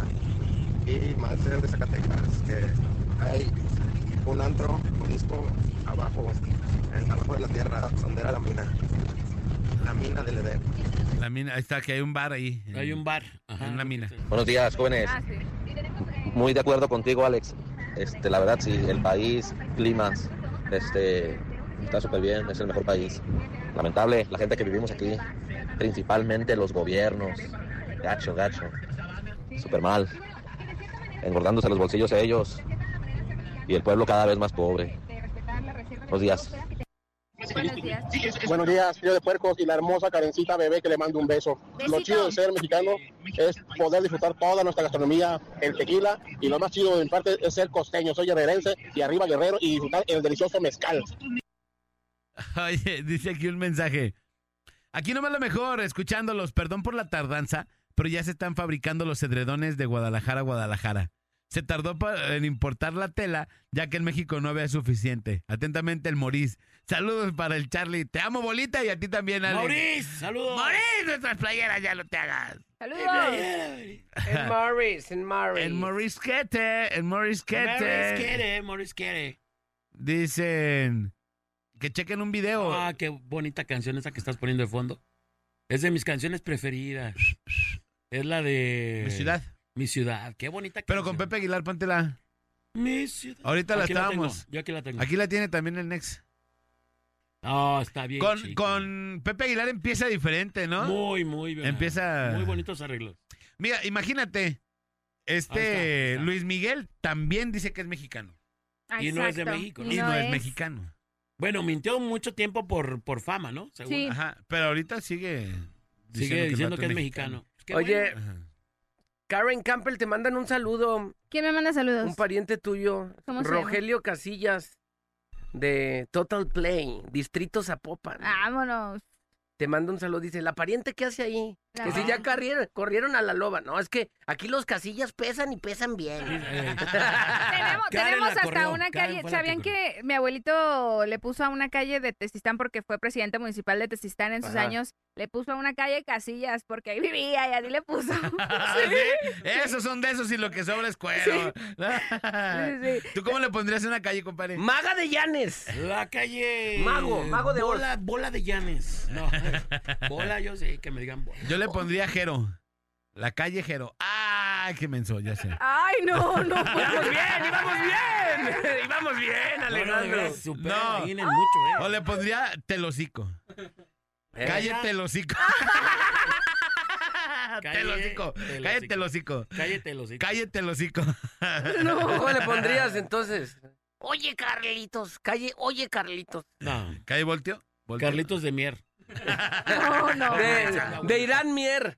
[SPEAKER 12] Y más el de Zacatecas, que hay un antro, un disco abajo, en- abajo de la tierra, donde era la mina. La mina del Edén.
[SPEAKER 2] La mina, ahí está, que hay un bar ahí.
[SPEAKER 6] Hay un bar.
[SPEAKER 2] en la mina.
[SPEAKER 14] Buenos días, jóvenes.
[SPEAKER 4] Ah, sí.
[SPEAKER 14] Muy de acuerdo contigo, Alex. Este, la verdad, sí, el país, climas, este, está súper bien, es el mejor país. Lamentable, la gente que vivimos aquí, principalmente los gobiernos. Gacho, gacho. Súper mal. Engordándose los bolsillos a ellos. Y el pueblo cada vez más pobre. Buenos días.
[SPEAKER 4] Buenos días.
[SPEAKER 12] Buenos días, tío de puercos y la hermosa carencita bebé que le mando un beso. Lo chido de ser mexicano es poder disfrutar toda nuestra gastronomía, el tequila, y lo más chido en parte es ser costeño. Soy guerrerense y arriba guerrero y disfrutar el delicioso mezcal.
[SPEAKER 2] Oye, dice aquí un mensaje. Aquí nomás lo mejor, escuchándolos. Perdón por la tardanza, pero ya se están fabricando los edredones de Guadalajara a Guadalajara. Se tardó pa- en importar la tela, ya que en México no había suficiente. Atentamente, el Morís. Saludos para el Charlie. Te amo, bolita, y a ti también, Alex.
[SPEAKER 6] Maurice, saludos.
[SPEAKER 2] Maurice, nuestras playeras ya no te hagas.
[SPEAKER 4] Saludos.
[SPEAKER 5] En Morris, en Morris.
[SPEAKER 2] El Morís Quete, el Morris Quete.
[SPEAKER 6] Morris quiere, Morris quiere.
[SPEAKER 2] Dicen, que chequen un video.
[SPEAKER 6] Ah, qué bonita canción esa que estás poniendo de fondo. Es de mis canciones preferidas. Es la de...
[SPEAKER 2] Mi ciudad.
[SPEAKER 6] Mi ciudad. Qué bonita
[SPEAKER 2] Pero con Pepe Aguilar, póntela.
[SPEAKER 6] Mi ciudad.
[SPEAKER 2] Ahorita la
[SPEAKER 6] Aquí
[SPEAKER 2] estábamos.
[SPEAKER 6] tengo, Yo aquí la tengo.
[SPEAKER 2] Aquí la tiene también el Nex.
[SPEAKER 6] No, está bien.
[SPEAKER 2] Con,
[SPEAKER 6] chico.
[SPEAKER 2] con Pepe Aguilar empieza diferente, ¿no?
[SPEAKER 6] Muy, muy bien.
[SPEAKER 2] Empieza.
[SPEAKER 6] Muy bonitos arreglos.
[SPEAKER 2] Mira, imagínate, este Luis Miguel también dice que es mexicano.
[SPEAKER 6] Y no es de Exacto. México, ¿no?
[SPEAKER 2] Y no,
[SPEAKER 6] No
[SPEAKER 2] es,
[SPEAKER 6] es.
[SPEAKER 2] mexicano.
[SPEAKER 6] Bueno, mintió mucho tiempo por, por fama, ¿no? Según-
[SPEAKER 2] Ajá, pero ahorita sigue
[SPEAKER 6] Sigue
[SPEAKER 2] el
[SPEAKER 6] diciendo
[SPEAKER 2] vato
[SPEAKER 6] que es mexicano. Pues Qué
[SPEAKER 5] Oye,
[SPEAKER 6] bueno.
[SPEAKER 5] Karen Campbell, te mandan un saludo.
[SPEAKER 4] ¿Quién me manda saludos?
[SPEAKER 5] Un pariente tuyo,
[SPEAKER 4] ¿Cómo se
[SPEAKER 5] Rogelio Casillas, de Total Play, Distrito Zapopan.
[SPEAKER 4] Vámonos.
[SPEAKER 5] Te manda un saludo, dice, la pariente, ¿qué hace ahí?
[SPEAKER 4] La
[SPEAKER 5] que si
[SPEAKER 4] mamá.
[SPEAKER 5] ya corrieron, corrieron a la loba. No, es que aquí los casillas pesan y pesan bien.
[SPEAKER 4] Tenemos,
[SPEAKER 5] Karen
[SPEAKER 4] tenemos
[SPEAKER 5] la
[SPEAKER 4] hasta
[SPEAKER 5] corrió,
[SPEAKER 4] una
[SPEAKER 5] Karen
[SPEAKER 4] calle.
[SPEAKER 5] fue la que
[SPEAKER 4] ¿Sabían que mi abuelito le puso a una calle de Tezistán porque fue presidente municipal de Tezistán en sus
[SPEAKER 2] Ajá.
[SPEAKER 4] años? Le puso a una calle Casillas porque ahí vivía y así le puso.
[SPEAKER 2] ¿Sí? Esos son de esos y lo que sobra es cuero. ¿Tú cómo le pondrías en una calle, compadre?
[SPEAKER 5] Maga de Llanes.
[SPEAKER 6] La calle.
[SPEAKER 2] Mago, mago de
[SPEAKER 6] bola, bola de Llanes. No, eh, bola yo sé, que me digan bola.
[SPEAKER 2] Yo le pondría Jero. La calle Jero. ¡Ah! ¡Qué menso! Ya sé.
[SPEAKER 4] Ay, no, no. pues,
[SPEAKER 5] Íbamos bien, íbamos bien. Íbamos bien,
[SPEAKER 2] No, no, de
[SPEAKER 5] Alejandro.
[SPEAKER 2] veras, super, imaginen
[SPEAKER 6] eh.
[SPEAKER 2] O le pondría Telocico.
[SPEAKER 5] Eh.
[SPEAKER 2] Calle Telocico.
[SPEAKER 6] Calle
[SPEAKER 2] Telocico.
[SPEAKER 6] Telocico.
[SPEAKER 2] Calle Telocico.
[SPEAKER 6] Calle Telocico.
[SPEAKER 2] Calle Telocico.
[SPEAKER 5] No. ¿Cómo le pondrías entonces? Oye, Carlitos, calle, oye, Carlitos.
[SPEAKER 6] No.
[SPEAKER 2] ¿Calle Voltio?
[SPEAKER 6] Carlitos de Mier.
[SPEAKER 5] No, no. De, de Irán Mier.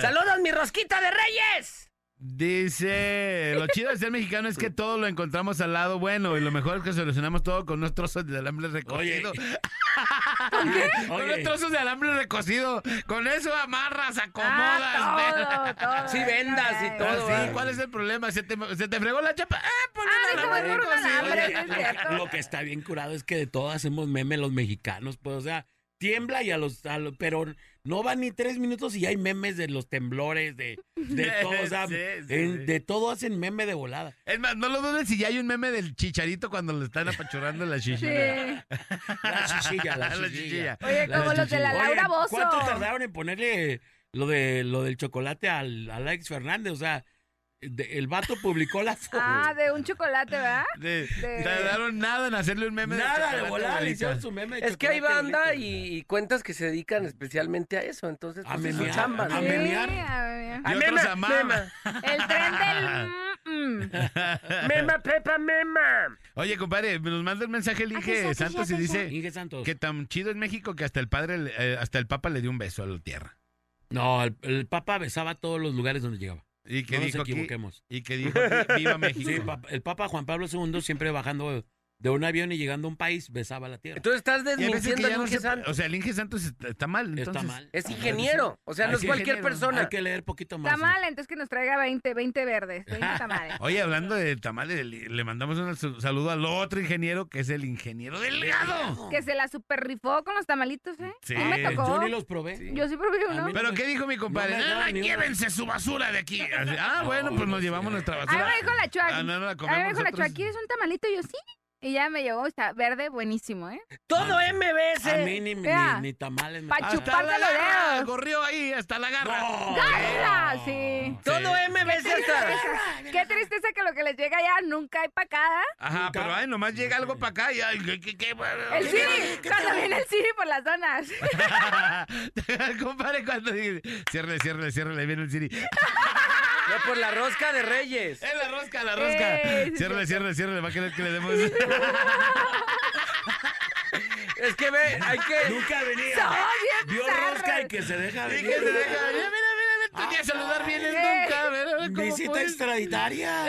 [SPEAKER 5] ¡Saludos, mi rosquita de Reyes!
[SPEAKER 2] Dice, lo chido de ser mexicano es que todo lo encontramos al lado bueno y lo mejor es que solucionamos todo con unos trozos de alambre recocido. ¿Con
[SPEAKER 6] qué?
[SPEAKER 2] Con
[SPEAKER 6] Oye.
[SPEAKER 2] unos trozos de alambre recocido. Con eso amarras, acomodas.
[SPEAKER 5] Ah, todo, todo. Sí, vendas y todo,
[SPEAKER 2] Ah, sí,
[SPEAKER 5] ¿eh?
[SPEAKER 2] ¿Cuál es el problema? ¿Se te, se te fregó la chapa? ¡Ah, pon un
[SPEAKER 4] déjame
[SPEAKER 2] alambre
[SPEAKER 4] poner un
[SPEAKER 2] recocido.
[SPEAKER 4] alambre,
[SPEAKER 2] Oye,
[SPEAKER 4] sí es cierto.
[SPEAKER 6] Lo que está bien curado es que de todo hacemos meme los mexicanos, pues, o sea, tiembla y a los, a los- pero no van ni tres minutos y ya hay memes de los temblores, de, de todo, o sea,
[SPEAKER 2] Sí, sí,
[SPEAKER 6] en-
[SPEAKER 2] sí.
[SPEAKER 6] de todo hacen meme de volada.
[SPEAKER 2] Es más, no lo dudes si ya hay un meme del chicharito cuando le están apachurrando la chicha.
[SPEAKER 6] La chichilla, la
[SPEAKER 2] La
[SPEAKER 6] chichilla.
[SPEAKER 2] chichilla.
[SPEAKER 4] Oye,
[SPEAKER 6] La
[SPEAKER 4] como los de la
[SPEAKER 6] chichilla.
[SPEAKER 4] Laura
[SPEAKER 6] Oye,
[SPEAKER 4] Bozzo.
[SPEAKER 6] ¿Cuánto tardaron en ponerle lo de lo del chocolate al, al Alex Fernández? O sea, de- el vato publicó la foto.
[SPEAKER 4] Ah, de un chocolate, ¿verdad?
[SPEAKER 2] De-
[SPEAKER 4] De-
[SPEAKER 2] Tardaron nada en hacerle un meme
[SPEAKER 6] Nada, de
[SPEAKER 2] chocolate
[SPEAKER 6] volada, le
[SPEAKER 2] ahorita.
[SPEAKER 6] hicieron su meme de
[SPEAKER 5] Es que hay
[SPEAKER 6] chocolate
[SPEAKER 5] banda y, y cuentas que se dedican especialmente a eso, entonces
[SPEAKER 6] A
[SPEAKER 5] pues, es su
[SPEAKER 6] memear,
[SPEAKER 5] chamba,
[SPEAKER 6] a
[SPEAKER 5] ¿no?
[SPEAKER 6] memear.
[SPEAKER 4] Sí, a
[SPEAKER 2] Y
[SPEAKER 4] ver.
[SPEAKER 2] otros
[SPEAKER 5] meme,
[SPEAKER 2] a
[SPEAKER 5] meme.
[SPEAKER 2] mama.
[SPEAKER 4] El tren del... mm, mm.
[SPEAKER 5] Mema, Pepa, mema.
[SPEAKER 2] Oye, compadre, nos manda un mensaje
[SPEAKER 6] Ah,
[SPEAKER 2] el Inge Santos y dice
[SPEAKER 6] Inge Santos.
[SPEAKER 2] que tan chido es México que hasta el padre, le- eh, hasta el papa le dio un beso a la tierra.
[SPEAKER 6] No, el, el Papa besaba todos los lugares donde llegaba.
[SPEAKER 2] Y que
[SPEAKER 6] no
[SPEAKER 2] dijo
[SPEAKER 6] nos
[SPEAKER 2] aquí-
[SPEAKER 6] equivoquemos.
[SPEAKER 2] y que dijo aquí, viva México.
[SPEAKER 6] Sí, pap- el Papa Juan Pablo II siempre bajando de un avión y llegando a un país besaba la tierra.
[SPEAKER 5] Entonces estás
[SPEAKER 2] Y hay veces que
[SPEAKER 5] desmintiendo
[SPEAKER 2] ya
[SPEAKER 5] a
[SPEAKER 2] no
[SPEAKER 5] Inge
[SPEAKER 2] se-
[SPEAKER 5] Santos.
[SPEAKER 2] O sea, el Inge Santos está, está mal.
[SPEAKER 6] Está
[SPEAKER 2] entonces.
[SPEAKER 6] mal.
[SPEAKER 5] Es ingeniero, o sea, no
[SPEAKER 6] Hay
[SPEAKER 5] es
[SPEAKER 6] que-
[SPEAKER 5] cualquier persona.
[SPEAKER 6] Hay que leer poquito más.
[SPEAKER 4] Está mal, entonces que nos traiga 20, 20 verdes, 20 tamales.
[SPEAKER 2] Oye, hablando de tamales, le, le mandamos un su- saludo al otro ingeniero que es el ingeniero Delgado.
[SPEAKER 4] Que se la super rifó con los tamalitos, ¿eh?
[SPEAKER 2] Sí.
[SPEAKER 4] No me tocó.
[SPEAKER 6] Yo ni los probé.
[SPEAKER 4] Yo sí probé uno.
[SPEAKER 2] Pero ¿qué dijo mi compadre?
[SPEAKER 6] No me da
[SPEAKER 2] "Ah,
[SPEAKER 6] ni una".
[SPEAKER 2] llévense su basura de aquí. Así, ah, bueno, pues nos llevamos nuestra
[SPEAKER 4] A mí
[SPEAKER 2] basura.
[SPEAKER 4] me dijo la chua.
[SPEAKER 2] Ah, no, no la
[SPEAKER 4] a mí
[SPEAKER 2] comemos
[SPEAKER 4] me dijo la chua,
[SPEAKER 2] nosotros.
[SPEAKER 4] ¿quieres un tamalito? Y yo sí. Y ya me llegó, está verde, buenísimo, ¿eh?
[SPEAKER 5] Todo MBS.
[SPEAKER 6] A mí ni, ni-
[SPEAKER 4] Vea.
[SPEAKER 6] ni tamales. me-
[SPEAKER 4] Pa'
[SPEAKER 6] Ah,
[SPEAKER 4] chupar de
[SPEAKER 2] la
[SPEAKER 4] los
[SPEAKER 2] garra,
[SPEAKER 4] dedos.
[SPEAKER 2] Corrió ahí hasta la garra.
[SPEAKER 4] ¡Garra! Sí.
[SPEAKER 5] Todo MBS
[SPEAKER 4] Qué
[SPEAKER 5] hasta.
[SPEAKER 4] tristeza. Qué tristeza que lo que les llega ya nunca hay pacada.
[SPEAKER 2] Ajá, pero ay, nomás llega algo para acá y ay, qué, qué, qué-
[SPEAKER 4] El
[SPEAKER 2] qué-
[SPEAKER 4] Siri, cuando viene el Siri por las donas.
[SPEAKER 2] Compadre, cuando dice, ciérrele, ciérrele, ciérrele, viene el Siri.
[SPEAKER 5] Ya por la rosca de Reyes.
[SPEAKER 2] ¡Eh, la rosca, la rosca!
[SPEAKER 5] Eh, sí,
[SPEAKER 2] Ciérrele,
[SPEAKER 5] sí.
[SPEAKER 2] ciérrele, ciérrele, va a querer que le demos.
[SPEAKER 5] Es que ve, hay que.
[SPEAKER 6] Nunca venía.
[SPEAKER 4] Son bien
[SPEAKER 6] Vio
[SPEAKER 4] bizarros.
[SPEAKER 6] rosca y que se deja
[SPEAKER 2] Dije,
[SPEAKER 6] venir.
[SPEAKER 2] "Mira, mira, mira, mira,
[SPEAKER 4] Ah.
[SPEAKER 2] te voy a saludar bien
[SPEAKER 4] Eh.
[SPEAKER 2] es nunca, a ver, a ver cómo
[SPEAKER 6] Visita
[SPEAKER 2] puedes".
[SPEAKER 6] extraditaria.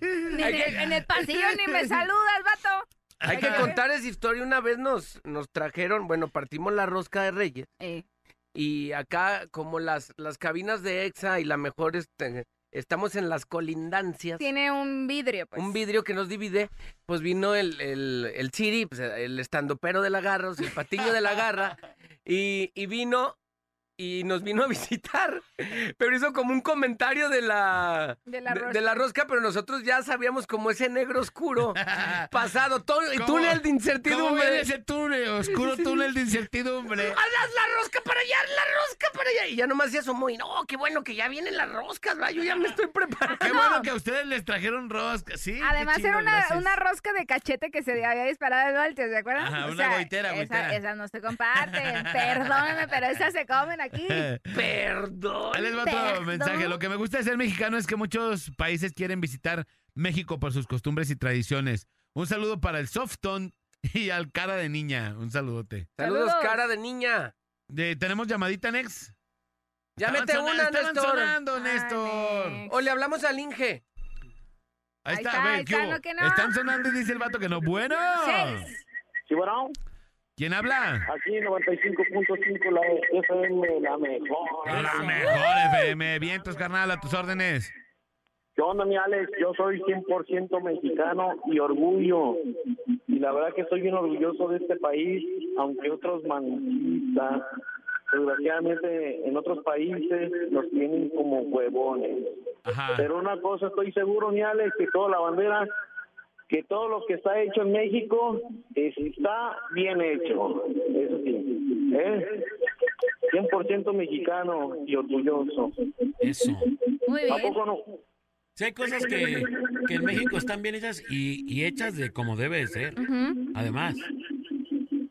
[SPEAKER 4] Ni en el, en el pasillo ni me saludas, vato.
[SPEAKER 5] Hay que
[SPEAKER 4] Ay,
[SPEAKER 5] contar esa historia. Una vez nos, nos trajeron, bueno, partimos la rosca de Reyes.
[SPEAKER 4] Eh,
[SPEAKER 5] Y acá, como las, las cabinas de EXA y la mejor, este, estamos en las colindancias.
[SPEAKER 4] tiene un vidrio, pues.
[SPEAKER 5] Un vidrio que nos divide, pues vino el, el, el Siri, pues, el estandopero de la garra, o sea, el patiño de la garra, y, y vino y nos vino a visitar, pero hizo como un comentario de la,
[SPEAKER 4] De la rosca.
[SPEAKER 5] de la rosca, pero nosotros ya sabíamos como ese negro oscuro pasado, todo el
[SPEAKER 17] ¿Cómo-
[SPEAKER 5] túnel de
[SPEAKER 17] cómo
[SPEAKER 5] incertidumbre.
[SPEAKER 17] viene ese túnel, oscuro túnel de incertidumbre?
[SPEAKER 5] ¡Haz la rosca para allá, haz la rosca para allá! Y ya nomás se asomó y no, qué bueno que ya vienen las roscas, va, yo ya me estoy preparando.
[SPEAKER 17] Qué bueno que a ustedes les trajeron rosca, sí. qué
[SPEAKER 4] Además,
[SPEAKER 17] chido,
[SPEAKER 4] era una,
[SPEAKER 17] gracias.
[SPEAKER 4] una rosca de cachete que se había disparado el volteo, ¿se acuerdan?
[SPEAKER 17] Ajá, una goitera,
[SPEAKER 4] esa-
[SPEAKER 17] goitera.
[SPEAKER 4] Esas no se comparten, perdóname, pero esas se comen aquí.
[SPEAKER 5] Perdón.
[SPEAKER 17] Ahí les va otro
[SPEAKER 4] Perdón.
[SPEAKER 17] mensaje. Lo que me gusta de ser mexicano es que muchos países quieren visitar México por sus costumbres y tradiciones. Un saludo para el Softon y al cara de niña. Un saludote.
[SPEAKER 5] Saludos, cara de niña.
[SPEAKER 17] De- ¿Tenemos llamadita, Nex?
[SPEAKER 5] Ya
[SPEAKER 17] Estaban
[SPEAKER 5] mete
[SPEAKER 17] sona-
[SPEAKER 5] una,
[SPEAKER 17] estaban
[SPEAKER 5] Néstor.
[SPEAKER 17] sonando, Néstor.
[SPEAKER 5] O le hablamos al Inge.
[SPEAKER 17] Ahí está,
[SPEAKER 5] está,
[SPEAKER 17] a ver,
[SPEAKER 5] ahí
[SPEAKER 17] ¿qué
[SPEAKER 5] está,
[SPEAKER 17] hubo?
[SPEAKER 5] no que no.
[SPEAKER 17] Están sonando y dice el vato que no. Bueno.
[SPEAKER 18] Sí, bueno.
[SPEAKER 17] ¿Quién habla?
[SPEAKER 18] Aquí 95.5 la FM, la mejor.
[SPEAKER 17] La mejor FM. Vientos, carnal, a tus órdenes.
[SPEAKER 18] ¿Qué onda, mi Alex? Yo soy 100% mexicano y orgullo. Y la verdad que estoy bien orgulloso de este país, aunque otros manquistas, desgraciadamente en otros países nos tienen como huevones. Pero una cosa estoy seguro, mi Alex, que toda la bandera, que todo lo que está hecho en México está bien hecho. Eso sí. ¿eh? 100% mexicano y orgulloso.
[SPEAKER 2] Eso.
[SPEAKER 4] Muy
[SPEAKER 18] ¿A poco no?
[SPEAKER 2] Sí, hay cosas que, que en México están bien hechas y, y hechas de como debe de ser. Además,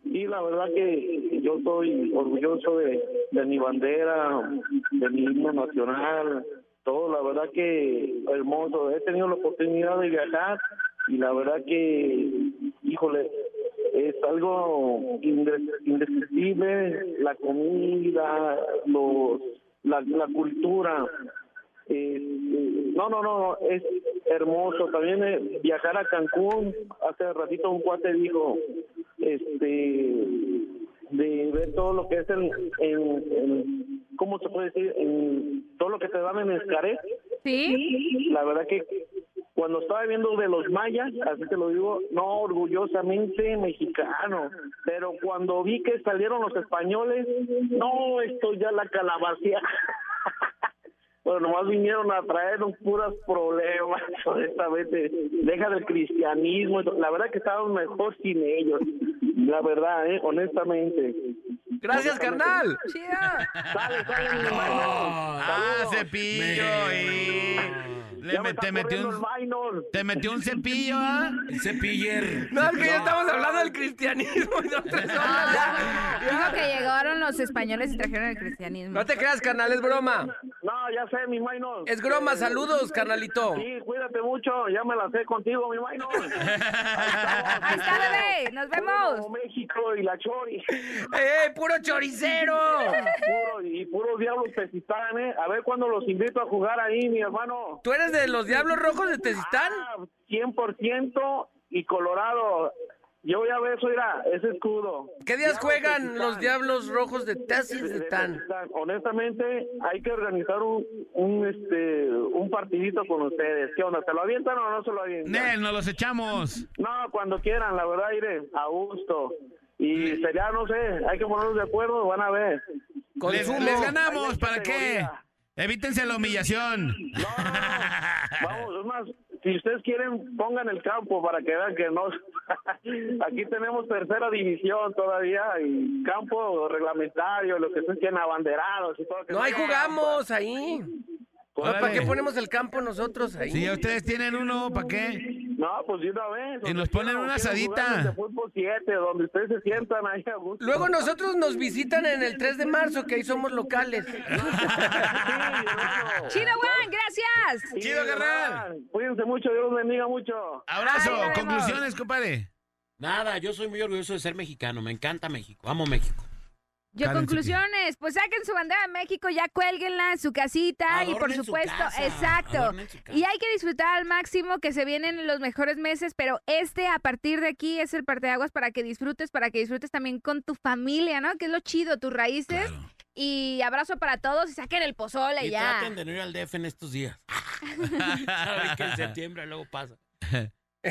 [SPEAKER 18] Sí, la verdad que yo estoy orgulloso de, de mi bandera, de mi himno nacional, todo, la verdad que hermoso. He tenido la oportunidad de viajar y la verdad que, híjole, es algo inde- indescriptible, la comida, los, la, la cultura. Eh, eh, no, no, no, es hermoso. También eh, viajar a Cancún, hace ratito un cuate dijo, este, de ver todo lo que es en, en- en- ¿cómo se puede decir? En todo lo que te dan en Escaret.
[SPEAKER 4] Sí.
[SPEAKER 18] La verdad que cuando estaba viendo de los mayas, así te lo digo, no orgullosamente mexicano, pero cuando vi que salieron los españoles, no, esto ya la calabacía. Bueno, nomás vinieron a traernos puras problemas, honestamente. Deja del cristianismo. La verdad que estábamos mejor sin ellos. La verdad, ¿eh? honestamente.
[SPEAKER 5] Gracias, carnal.
[SPEAKER 18] Sale, sale, mi hermano.
[SPEAKER 17] Ah, cepillo. y- Le
[SPEAKER 18] Ya me
[SPEAKER 17] met- te,
[SPEAKER 18] está
[SPEAKER 17] metió
[SPEAKER 18] corriendo
[SPEAKER 17] un,
[SPEAKER 18] minor.
[SPEAKER 17] te metió un cepillo, ¿ah?
[SPEAKER 2] Cepiller.
[SPEAKER 5] No, es que ya estamos hablando del cristianismo. y nosotros hablando-
[SPEAKER 4] Dijo que llegaron los españoles y trajeron el cristianismo.
[SPEAKER 5] No te creas, carnal, es broma.
[SPEAKER 18] No, ya sé, mi minor.
[SPEAKER 5] Es
[SPEAKER 2] eh,
[SPEAKER 5] broma, saludos, carnalito.
[SPEAKER 18] Sí, cuídate mucho. Ya me la sé contigo, mi minor.
[SPEAKER 4] Ahí está, bebé. Nos vemos.
[SPEAKER 18] México y la Chori.
[SPEAKER 5] ¡Eh, puro choricero!
[SPEAKER 18] Puro, y puros diablos pesistán, ¿eh? A ver cuándo los invito a jugar ahí, mi hermano. Ah,
[SPEAKER 5] ¿Tú eres de los Diablos Rojos de Tezistán?
[SPEAKER 18] 100% y Colorado. Yo voy a ver eso, mira, ese escudo.
[SPEAKER 5] ¿Qué días
[SPEAKER 18] Diablos
[SPEAKER 5] juegan
[SPEAKER 18] Tezistán.
[SPEAKER 5] los Diablos Rojos de
[SPEAKER 18] De- de
[SPEAKER 5] Tezistán?
[SPEAKER 18] Tezistán. Honestamente, hay que organizar un, un, este, un partidito con ustedes. ¿Qué onda? ¿Se lo avientan o no se lo avientan?
[SPEAKER 17] Nel, nos los echamos.
[SPEAKER 18] No, cuando quieran, la verdad, iré a gusto. Y sería, no sé, hay que ponernos de acuerdo, van a ver.
[SPEAKER 17] Les, les ganamos, ¿para qué? Evítense la humillación.
[SPEAKER 18] Vamos, es más, si ustedes quieren, pongan el campo para que vean que no. Aquí tenemos tercera división todavía y campo reglamentario, lo que ustedes tienen abanderados y todo. lo que
[SPEAKER 5] No, ahí
[SPEAKER 18] sea.
[SPEAKER 5] jugamos, ahí. No, ¿Para
[SPEAKER 17] Órale.
[SPEAKER 5] qué ponemos el campo nosotros ahí?
[SPEAKER 17] Si ya ustedes tienen uno, ¿para qué?
[SPEAKER 18] No, pues de una vez.
[SPEAKER 17] Y nos ponen una
[SPEAKER 18] Jugamos de
[SPEAKER 17] asadita.
[SPEAKER 18] fútbol 7, donde ustedes se sientan ahí a gusto.
[SPEAKER 5] Luego nosotros nos visitan en el 3 de marzo, que ahí somos locales.
[SPEAKER 4] Chido, Juan, gracias.
[SPEAKER 17] Chido, carnal.
[SPEAKER 18] Cuídense mucho, Dios los bendiga mucho.
[SPEAKER 17] Abrazo,
[SPEAKER 2] Ay, nos vemos.
[SPEAKER 17] conclusiones, compadre.
[SPEAKER 2] nada, yo soy muy orgulloso de ser mexicano. Me encanta México. Amo México.
[SPEAKER 4] Yo,
[SPEAKER 2] Karen
[SPEAKER 4] conclusiones, pues saquen su bandera de México, ya cuélguenla en su casita y por
[SPEAKER 2] Adornen su
[SPEAKER 4] supuesto,
[SPEAKER 2] casa,
[SPEAKER 4] exacto.
[SPEAKER 2] adornen su casa.
[SPEAKER 4] Y hay que disfrutar al máximo que se vienen los mejores meses, pero este a partir de aquí es el parteaguas para que disfrutes, para que disfrutes también con tu familia, ¿no? Que es lo chido, tus raíces. Y abrazo para todos y saquen el pozole
[SPEAKER 2] Y
[SPEAKER 4] ya.
[SPEAKER 2] traten de no ir al DF en estos días. Saben que en septiembre luego pasa.